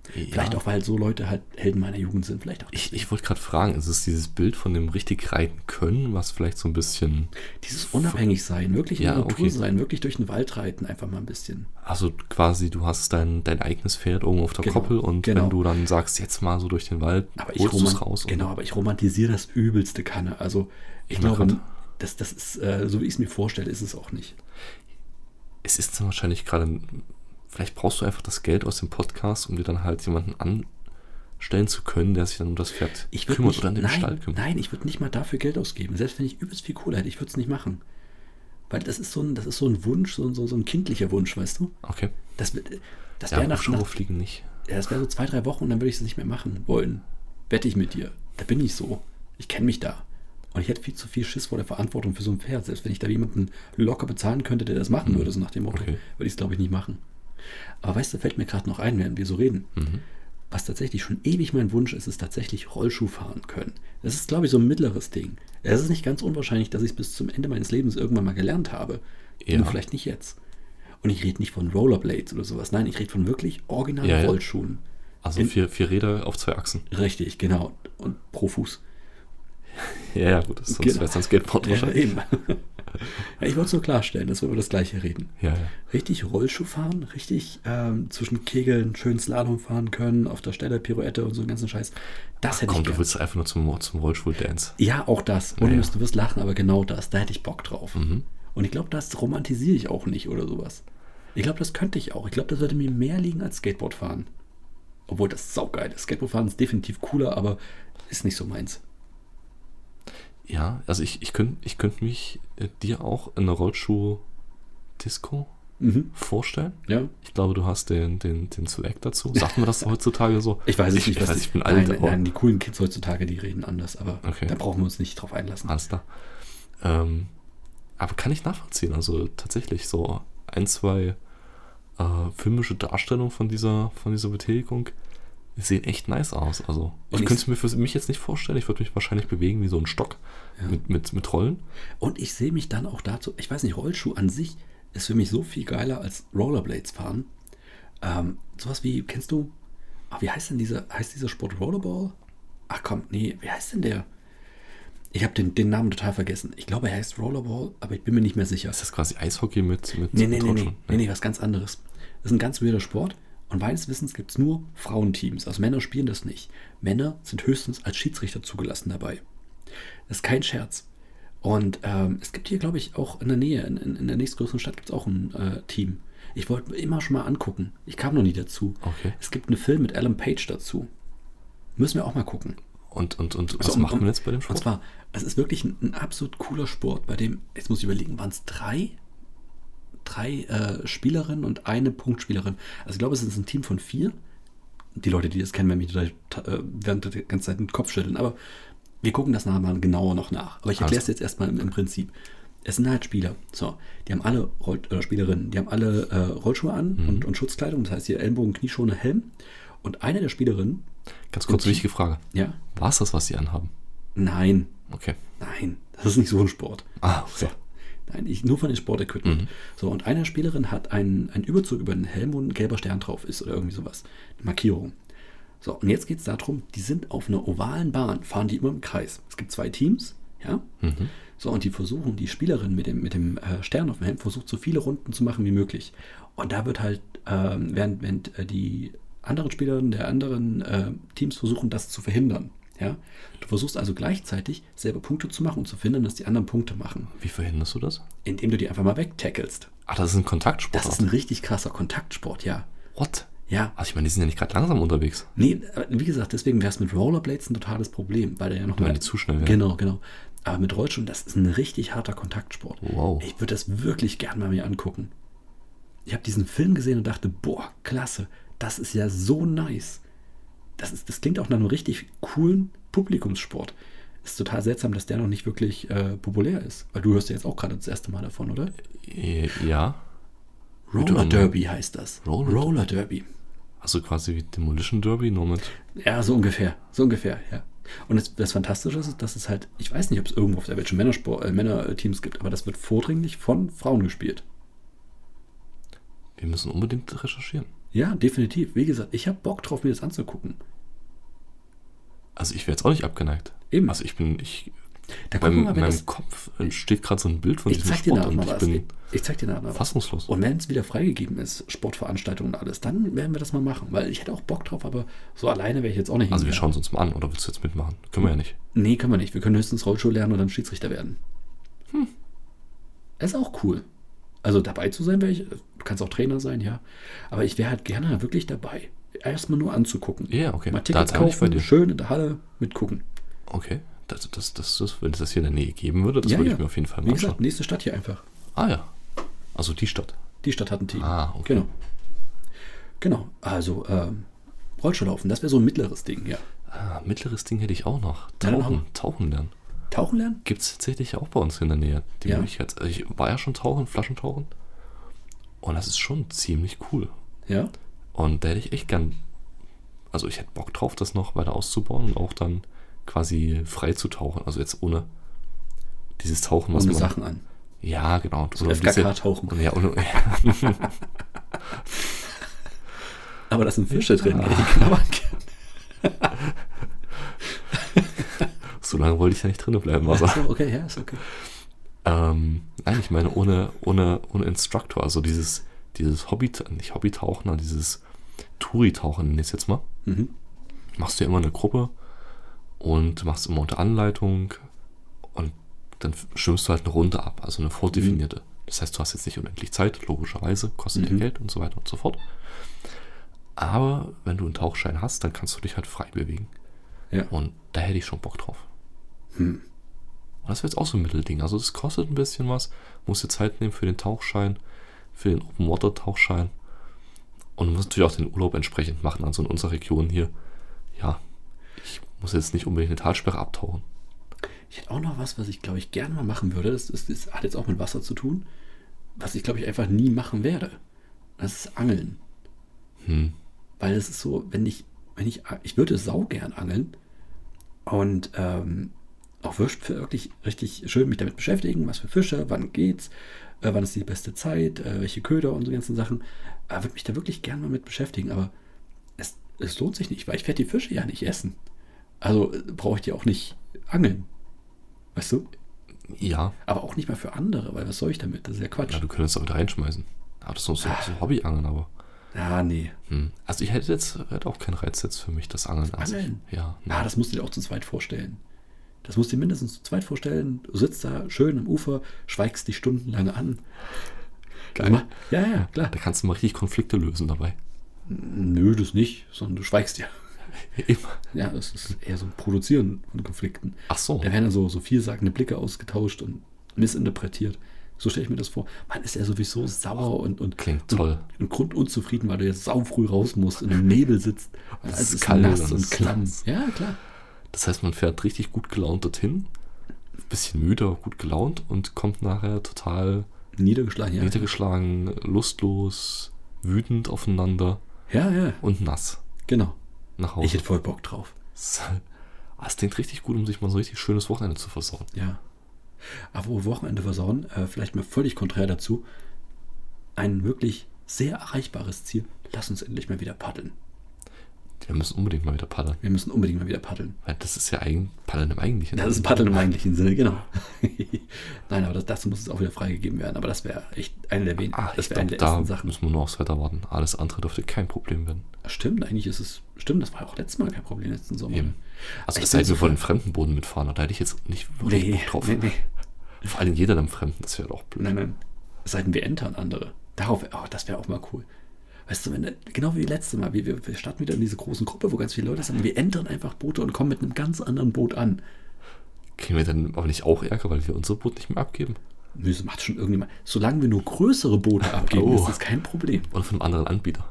Vielleicht
ja.
auch, weil so Leute halt Helden meiner Jugend sind. Vielleicht auch
Ich, ich wollte gerade fragen, ist es dieses Bild von dem richtig reiten können, was vielleicht so ein bisschen,
dieses unabhängig sein, wirklich in
Ja,
der Natur
okay.
sein, wirklich durch den Wald reiten, einfach mal ein bisschen.
also quasi du hast dein, dein eigenes Pferd oben auf der
Genau,
Koppel und
genau.
wenn du dann sagst, jetzt mal so durch den Wald,
Aber ich,
du's
roman
raus. und-
genau, aber ich romantisiere das übelste Kanne. Also ich
Ich mach
glaube,
grad-
das, das ist, äh, so wie ich es mir vorstelle, ist es auch nicht.
Es ist dann wahrscheinlich gerade, vielleicht brauchst du einfach das Geld aus dem Podcast, um dir dann halt jemanden anstellen zu können, der sich dann um das Pferd
Ich würde
kümmert
nicht,
oder an den
nein,
Stall kümmert.
nein, ich würde nicht mal dafür Geld ausgeben. Selbst wenn ich übelst viel Kohle hätte, ich würde es nicht machen. Weil das ist so ein, das ist so ein Wunsch, so ein, so, so ein kindlicher Wunsch, weist du?
Okay.
Das, wird- das
Ja,
wäre nach,
Hubschrauber
nach,
fliegen nicht.
Ja, das wäre so zwei, drei Wochen und dann würde ich es nicht mehr machen wollen. Wette ich mit dir. Da bin ich so. Ich kenne mich da. Und ich hätte viel zu viel Schiss vor der Verantwortung für so ein Pferd. Selbst wenn ich da jemanden locker bezahlen könnte, der das machen würde, so nach dem Motto,
Okay.
würde ich es, glaube ich, nicht machen. Aber weißt du, fällt mir gerade noch ein, während wir so reden.
Mhm.
Was tatsächlich schon ewig mein Wunsch ist, ist tatsächlich Rollschuh fahren können. Das ist, glaube ich, so ein mittleres Ding. Es ist nicht ganz unwahrscheinlich, dass ich es bis zum Ende meines Lebens irgendwann mal gelernt habe.
Ja.
Nur vielleicht nicht jetzt. Und ich rede nicht von Rollerblades oder sowas. Nein, ich rede von wirklich originalen
Ja, ja.
Rollschuhen.
Also
In-
vier, vier Räder auf zwei Achsen.
Richtig, genau. Und pro Fuß.
Ja, ja, gut, das- sonst
Genau.
wäre es dann Skateboard
Ja,
wahrscheinlich.
eben. ja, ich wollte es nur klarstellen, dass wir über das Gleiche reden.
Ja, ja.
Richtig Rollschuh fahren, richtig ähm, zwischen Kegeln schön Slalom fahren können, auf der Stelle Pirouette und so einen ganzen Scheiß. Das hätte
Komm,
ich
du
gern.
willst einfach nur zum, zum Rollstuhl-Dance.
Ja, auch das. Ohne
Naja.
Mist, du wirst lachen, aber genau das. Da hätte ich Bock drauf.
Mhm.
Und ich glaube, das romantisiere ich auch nicht oder sowas. Ich glaube, das könnte ich auch. Ich glaube, das würde mir mehr liegen als Skateboard fahren. Obwohl das saugeil ist. Skateboard fahren ist definitiv cooler, aber ist nicht so meins.
Ja, also ich, ich könnte ich könnt mich äh, dir auch in einer Rollschuh-Disco
Mhm.
vorstellen.
Ja,
Ich glaube, du hast den, den, den Swag dazu. Sagt man das heutzutage so?
Ich weiß es nicht,
Ich, weiß, ich bin
nein,
alt,
nein,
aber
nein, die coolen Kids heutzutage, die reden anders, aber
Okay.
da brauchen wir uns nicht drauf einlassen.
alles klar. Ähm, aber kann ich nachvollziehen. Also tatsächlich so ein, zwei äh, filmische Darstellungen von dieser, von dieser Betätigung sehen echt nice aus. Also ich
ich-
könnte es mir für mich jetzt nicht vorstellen. Ich würde mich wahrscheinlich bewegen wie so ein Stock mit, mit, mit Rollen.
Und ich sehe mich dann auch dazu, ich weiß nicht, Rollschuh an sich ist für mich so viel geiler als Rollerblades fahren. Ähm, sowas wie, kennst du, ah, wie heißt denn dieser, heißt dieser Sport Rollerball? Ach komm, nee, wie heißt denn der? Ich habe den, den Namen total vergessen. Ich glaube, er heißt Rollerball, aber ich bin mir nicht mehr sicher.
Ist das quasi Eishockey mit, mit,
Nee, nee, nee,
mit
nee,
Rollschuhen?
nee, nee, was ganz anderes. Das ist ein ganz wilder Sport und meines Wissens gibt es nur Frauenteams. Also Männer spielen das nicht. Männer sind höchstens als Schiedsrichter zugelassen dabei. Das ist kein Scherz. Und ähm, es gibt hier, glaube ich, auch in der Nähe, in, in, in der nächstgrößeren Stadt gibt es auch ein äh, Team. Ich wollte mir immer schon mal angucken. Ich kam noch nie dazu.
Okay.
Es gibt einen Film mit Alan Page dazu. Müssen wir auch mal gucken.
Und, und, und
Also,
was
um-
macht
um-
man jetzt bei dem Sport?
Und zwar, es ist wirklich ein, ein absolut cooler Sport, bei dem, jetzt muss ich überlegen, waren es drei? Drei äh, Spielerinnen und eine Punktspielerin. Also ich glaube, es ist ein Team von vier. Die Leute, die das kennen, werden mich total, ta- äh, während der ganzen Zeit den Kopf schütteln. Aber wir gucken das nachher mal genauer noch nach. Aber ich erkläre es jetzt erstmal im, im Prinzip. Es sind halt Spieler. So, die haben alle Roll, äh, Spielerinnen, die haben alle äh, Rollschuhe an
Mhm.
und, und Schutzkleidung, das heißt hier Ellenbogen, Knieschoner, Helm. Und eine der Spielerinnen,
Ganz kurz,
Im
wichtige Frage.
ja,
War es das, was sie anhaben?
nein,
Okay.
Nein, das ist nicht so ein Sport.
Ah, okay.
So. Nein, ich, nur von den Sportequipment. So, und eine Spielerin hat einen, einen Überzug über den Helm, wo ein gelber Stern drauf ist oder irgendwie sowas. Eine Markierung. So, und jetzt geht es darum, die sind auf einer ovalen Bahn, fahren die immer im Kreis. Es gibt zwei Teams, ja. So, und die versuchen, die Spielerin mit dem, mit dem äh, Stern auf dem Helm versucht, so viele Runden zu machen wie möglich. Und da wird halt, ähm, während, während äh, die anderen Spielerinnen der anderen äh, Teams versuchen, das zu verhindern. Ja? Du versuchst also gleichzeitig selber Punkte zu machen und zu verhindern, dass die anderen Punkte machen,
Wie verhinderst du das?
indem du die einfach mal wegtackelst.
Ah, das ist ein Kontaktsport.
Das ist ein richtig krasser Kontaktsport, ja.
What?
Ja,
Also ich meine, die sind ja nicht gerade langsam unterwegs.
Nee, aber wie gesagt, deswegen wäre es mit Rollerblades ein totales Problem, weil der ja nochmal.
Wenn die zu schnell wären.
Genau, genau. Aber mit Rollschuhen, das ist ein richtig harter Kontaktsport.
Wow.
Ich würde das wirklich gern mal mir angucken. Ich habe diesen Film gesehen und dachte, boah, klasse, das ist ja so nice. Das, ist, das klingt auch nach einem richtig coolen Publikumssport. Ist total seltsam, dass der noch nicht wirklich äh, populär ist. Weil du hörst ja jetzt auch gerade das erste Mal davon, oder?
Äh, Ja.
Roller Derby heißt das.
Roller-
Roller Derby.
Also quasi wie Demolition Derby, nur mit.
Ja, so ungefähr. So ungefähr, ja. Und das, das Fantastische ist, dass es halt, ich weiß nicht, ob es irgendwo auf der Welt schon Männerspor- äh, Männerteams gibt, aber das wird vordringlich von Frauen gespielt.
Wir müssen unbedingt recherchieren.
Ja, definitiv. Wie gesagt, ich habe Bock drauf, mir das anzugucken.
Also ich wäre jetzt auch nicht abgeneigt.
Eben.
Also ich bin, ich,
Da
bei,
gucken wir mal,
in
wenn
meinem
das,
Kopf entsteht gerade so ein Bild von
ich
diesem
zeig dir
Sport
nachher
und
mal
ich
was. Ich,
bin
ich zeig dir nachher mal was.
fassungslos.
Und wenn es wieder freigegeben ist, Sportveranstaltungen und alles, dann werden wir das mal machen. Weil ich hätte auch Bock drauf, aber so alleine wäre ich jetzt auch nicht
also wir
hingegangen.
schauen es uns mal an, oder willst du jetzt mitmachen? Können wir ja nicht.
Nee, können wir nicht. Wir können höchstens Rollschuh lernen und dann Schiedsrichter werden.
Hm.
Ist auch cool. Also dabei zu sein wäre ich, du kannst auch Trainer sein, ja. Aber ich wäre halt gerne wirklich dabei. Erstmal nur anzugucken.
Ja, okay.
Mal
Da
Tickets
hat's einfach nicht bei
kaufen,
dir.
schön in der Halle mitgucken.
Okay. Das, das, das, das, wenn es das hier in der Nähe geben würde, das
Ja,
würde ich
ja.
mir auf jeden Fall
Wie
mal
gesagt,
anschauen.
nächste Stadt hier einfach.
Ah ja. Also die Stadt.
Die Stadt hat ein Team.
Ah, okay.
Genau. Genau. Also ähm, Rollschuhlaufen, das wäre so ein mittleres Ding, ja.
Ah, mittleres Ding hätte ich auch noch.
Ja, dann
Tauchen, tauchen lernen.
Tauchen lernen?
Gibt es tatsächlich auch bei uns in der Nähe die
Ja.
Möglichkeit. Also ich war ja schon tauchen, Flaschentauchen. Und das ist schon ziemlich cool.
Ja.
Und da hätte ich echt gern, also ich hätte Bock drauf, das noch weiter auszubauen und auch dann quasi frei zu tauchen. Also jetzt ohne dieses Tauchen, was
Ohne
man.
Sachen an.
Ja, genau. So
FKK-Tauchen.
Ja, ohne,
Aber da sind Fische drin. ey, die knabbern.
so lange wollte ich ja nicht drinnen bleiben. Also,
Ach so, okay, ja, ist okay.
ähm, nein, ich meine ohne, ohne, ohne Instructor. Also dieses, dieses Hobby, nicht Hobbytauchen, sondern dieses Touri-Tauchen nenne ich es jetzt mal.
Mhm.
machst du ja immer eine Gruppe und machst immer unter Anleitung und dann f- schwimmst du halt eine Runde ab, also eine vordefinierte. Das heißt, du hast jetzt nicht unendlich Zeit, logischerweise, kostet ja Geld und so weiter und so fort. Aber wenn du einen Tauchschein hast, dann kannst du dich halt frei bewegen.
Ja.
Und da hätte ich schon Bock drauf. Und das wäre jetzt auch so ein Mittelding. Also das kostet ein bisschen was, musst dir Zeit nehmen für den Tauchschein, für den Open Water Tauchschein. Und du musst natürlich auch den Urlaub entsprechend machen. Also in unserer Region hier, ja, ich muss jetzt nicht unbedingt eine Talsperre abtauchen.
Ich hätte auch noch was, was ich glaube ich gerne mal machen würde. Das, ist, das hat jetzt auch mit Wasser zu tun. Was ich glaube ich einfach nie machen werde. Das ist Angeln.
Hm.
Weil es ist so, wenn ich, wenn ich, ich würde sau gern angeln und ähm, auch wirst- wirklich richtig schön mich damit beschäftigen, was für Fische, wann geht's, äh, wann ist die beste Zeit, äh, welche Köder und so ganzen Sachen. Äh, würde mich da wirklich gern mal mit beschäftigen, aber es, es lohnt sich nicht, weil ich werde die Fische ja nicht essen. Also äh, brauche ich die auch nicht angeln. Weißt du?
Ja,
Aber auch nicht mal für andere, weil was soll ich damit? Das ist ja
ja,
Quatsch.
du könntest damit reinschmeißen. Aber das ist nur so, so Hobbyangeln, aber.
Ah, nee.
Hm. Also ich hätte jetzt hätte auch keinen Reiz jetzt für mich, das Angeln an sich.
Angeln?
Ja, ne, nee.
Ah, das musst du dir auch zu zweit vorstellen. Das musst du dir mindestens zu zweit vorstellen. Du sitzt da schön am Ufer, schweigst dich stundenlang an.
Geil.
Ma- Ja, ja, klar.
Da kannst du mal richtig Konflikte lösen dabei.
Nö, das nicht, sondern du schweigst ja.
Eben.
Ja, das ist eher so ein Produzieren von Konflikten.
Ach so.
Da werden dann so, so vielsagende Blicke ausgetauscht und missinterpretiert. So stelle ich mir das vor. Man ist ja sowieso sauer und, und
Klingt toll.
und grundunzufrieden, weil du jetzt saufrüh raus musst, in einem Nebel sitzt. Und
Es
alles
ist
ist
kalt
nass
und es
und
ist
klamm.
nass.
Ja, klar.
Das heißt, man fährt richtig gut gelaunt dorthin, bisschen müde, aber gut gelaunt und kommt nachher total
Niedergeschlagen, ja.
niedergeschlagen, lustlos, wütend aufeinander
Ja, ja,
und nass
genau.
nach
Ich
Hause.
hätte voll Bock drauf.
Das, das klingt richtig gut, um sich mal so ein richtig schönes Wochenende zu versauen.
Ja. Aber Wochenende versauen, äh, vielleicht mal völlig konträr dazu, ein wirklich sehr erreichbares Ziel. Lass uns endlich mal wieder paddeln.
Wir müssen unbedingt mal wieder paddeln.
Wir müssen unbedingt mal wieder paddeln.
Weil das ist ja eigentlich Paddeln im eigentlichen
Das ist
Sinne.
Paddeln im eigentlichen Sinne, genau. Nein, aber das, dazu muss es auch wieder freigegeben werden. Aber das wäre echt eine der wenigen.
Ah, ich
das wäre eine
glaube,
der
da
ersten Sachen.
müssen wir nur aufs Wetter warten. Alles andere dürfte kein Problem werden.
Stimmt, eigentlich ist es. Stimmt, das war auch letztes Mal kein Problem, letzten Sommer.
Eben. Also
Ich
es
bin
sei denn,
so
wir wollen fremden Boden mitfahren. Da hätte ich jetzt nicht wirklich
Nee,
Bock drauf.
nee, nee.
Vor allem jeder dann Fremden, das wäre doch blöd.
Nein, nein. Es sei denn, wir entern andere. Darauf, oh, das wäre auch mal cool. Weißt du, wenn, genau wie letzte Mal, wir, wir wir starten wieder in diese großen Gruppe, wo ganz viele Leute sind, wir entern einfach Boote und kommen mit einem ganz anderen Boot an.
Kriegen wir dann aber nicht auch Ärger, weil wir unser Boot nicht mehr abgeben?
Nö, Das macht schon irgendjemand. Solange wir nur größere Boote abgeben,
Oh.
ist das kein Problem.
Oder von einem anderen Anbieter.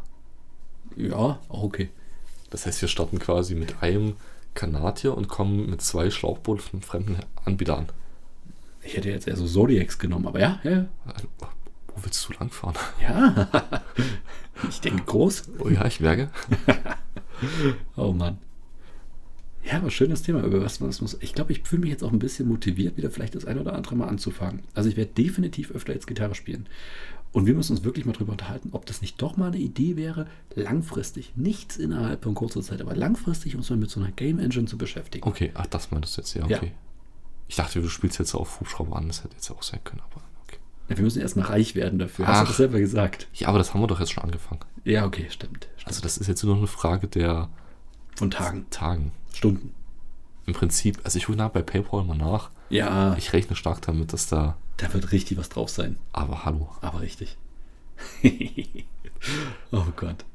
Ja, auch okay.
Das heißt, wir starten quasi mit einem Kanadier und kommen mit zwei Schlauchbooten von einem fremden Anbieter an.
Ich hätte jetzt eher so Zodiacs genommen, aber ja, ja,
Wo willst du langfahren?
ja. Ich denke groß.
Oh ja, ich merke.
Oh Mann. Ja, aber schönes Thema, über was man das muss. Ich glaube, ich fühle mich jetzt auch ein bisschen motiviert, wieder vielleicht das ein oder andere Mal anzufangen. Also ich werde definitiv öfter jetzt Gitarre spielen. Und wir müssen uns wirklich mal drüber unterhalten, ob das nicht doch mal eine Idee wäre, langfristig, nichts innerhalb von kurzer Zeit, aber langfristig uns mal mit so einer Game Engine zu beschäftigen.
Okay, ach, das meintest du jetzt, ja,
Ja.
okay. Ich dachte, du spielst jetzt auf Hubschrauber an, das hätte jetzt auch sein können, aber okay.
Ja, Wir müssen erst mal reich werden dafür. Hast du
Ach.
das selber gesagt?
Ja, aber das haben wir doch jetzt schon angefangen.
Ja, okay, stimmt. stimmt.
Also das ist jetzt nur noch eine Frage der
von Tagen,
Tagen.
Stunden.
Im Prinzip, also ich hole nach bei PayPal mal nach.
Ja,
Ich rechne stark damit, dass da,
da wird richtig was drauf sein.
aber hallo.
Aber richtig. oh Gott.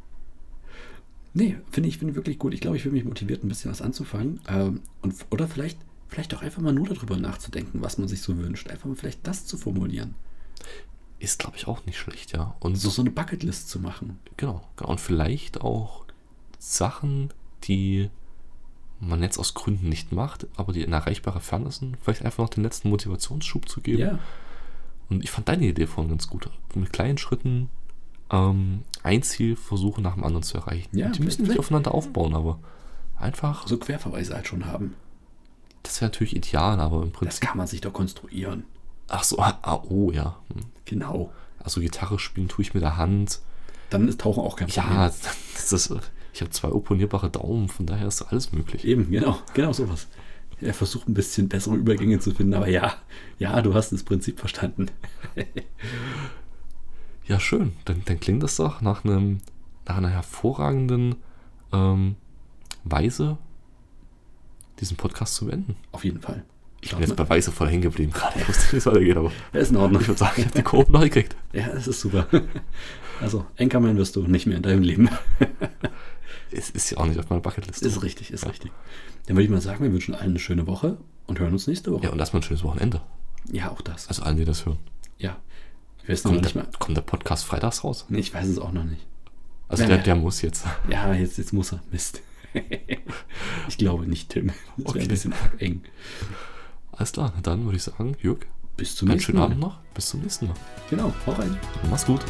Nee, finde ich, finde ich wirklich gut. Ich glaube, ich fühle mich motiviert, ein bisschen was anzufangen. Ähm, und, f- oder vielleicht, vielleicht auch einfach mal nur darüber nachzudenken, was man sich so wünscht. Einfach mal vielleicht das zu formulieren.
Ist, glaube ich, auch nicht schlecht, ja. Und
So, so eine Bucketlist zu machen.
Genau, genau. Und vielleicht auch Sachen, die man jetzt aus Gründen nicht macht, aber die in erreichbarer Ferne sind. Vielleicht einfach noch den letzten Motivationsschub zu geben.
Ja.
Und ich fand deine Idee vorhin ganz gut. Mit kleinen Schritten ähm, ein Ziel versuchen nach dem anderen zu erreichen.
Ja,
die müssen nicht
vielleicht-
aufeinander aufbauen, aber einfach,
So Querverweise halt schon haben.
das wäre natürlich ideal, aber im
Das
Prinzip.
kann man sich doch konstruieren.
Ach so, ah, ah, oh ja. Hm.
Genau.
Also Gitarre spielen tue ich mit der Hand.
Dann ist Tauchen auch kein Problem.
Ja, das ist, ich habe zwei opponierbare Daumen, von daher ist alles möglich.
Eben, genau, genau sowas. Er versucht ein bisschen bessere Übergänge zu finden, aber ja, ja, du hast das Prinzip verstanden.
Ja, schön. Dann, dann klingt das doch nach, einem, nach einer hervorragenden ähm, Weise, diesen Podcast zu beenden.
Auf jeden Fall.
Ich bin jetzt bei Weise voll hängen geblieben gerade. Ich wusste nicht, wie es weitergeht, aber
Er ist in Ordnung.
ich würde sagen, ich habe die Kurve neu gekriegt.
Ja, das ist super. Also, Anchorman wirst du nicht mehr in deinem Leben.
Es ist ja auch nicht auf meiner Bucketlist.
Ist richtig, ist richtig. Dann würde ich mal sagen, wir wünschen allen eine schöne Woche und hören uns nächste
Ja,
Woche.
und das mal ein schönes Wochenende.
Ja, auch das.
Also allen, die das hören.
Ja. Ich weiß noch
Kommt
nicht
der,
mal.
kommt der Podcast freitags raus?
Nee, Ich weiß es auch noch nicht.
Also
Ja,
der,
ja.
der muss jetzt.
Ja, jetzt, jetzt muss er. Mist. Ich glaube nicht, Tim. Das wäre
Okay.
ein bisschen arg eng.
Alles klar, dann würde ich sagen, Jürg,
Bis zum
einen
nächsten
schönen
Mal.
Abend noch. Bis zum nächsten Mal.
Genau, hau rein.
Mach's gut.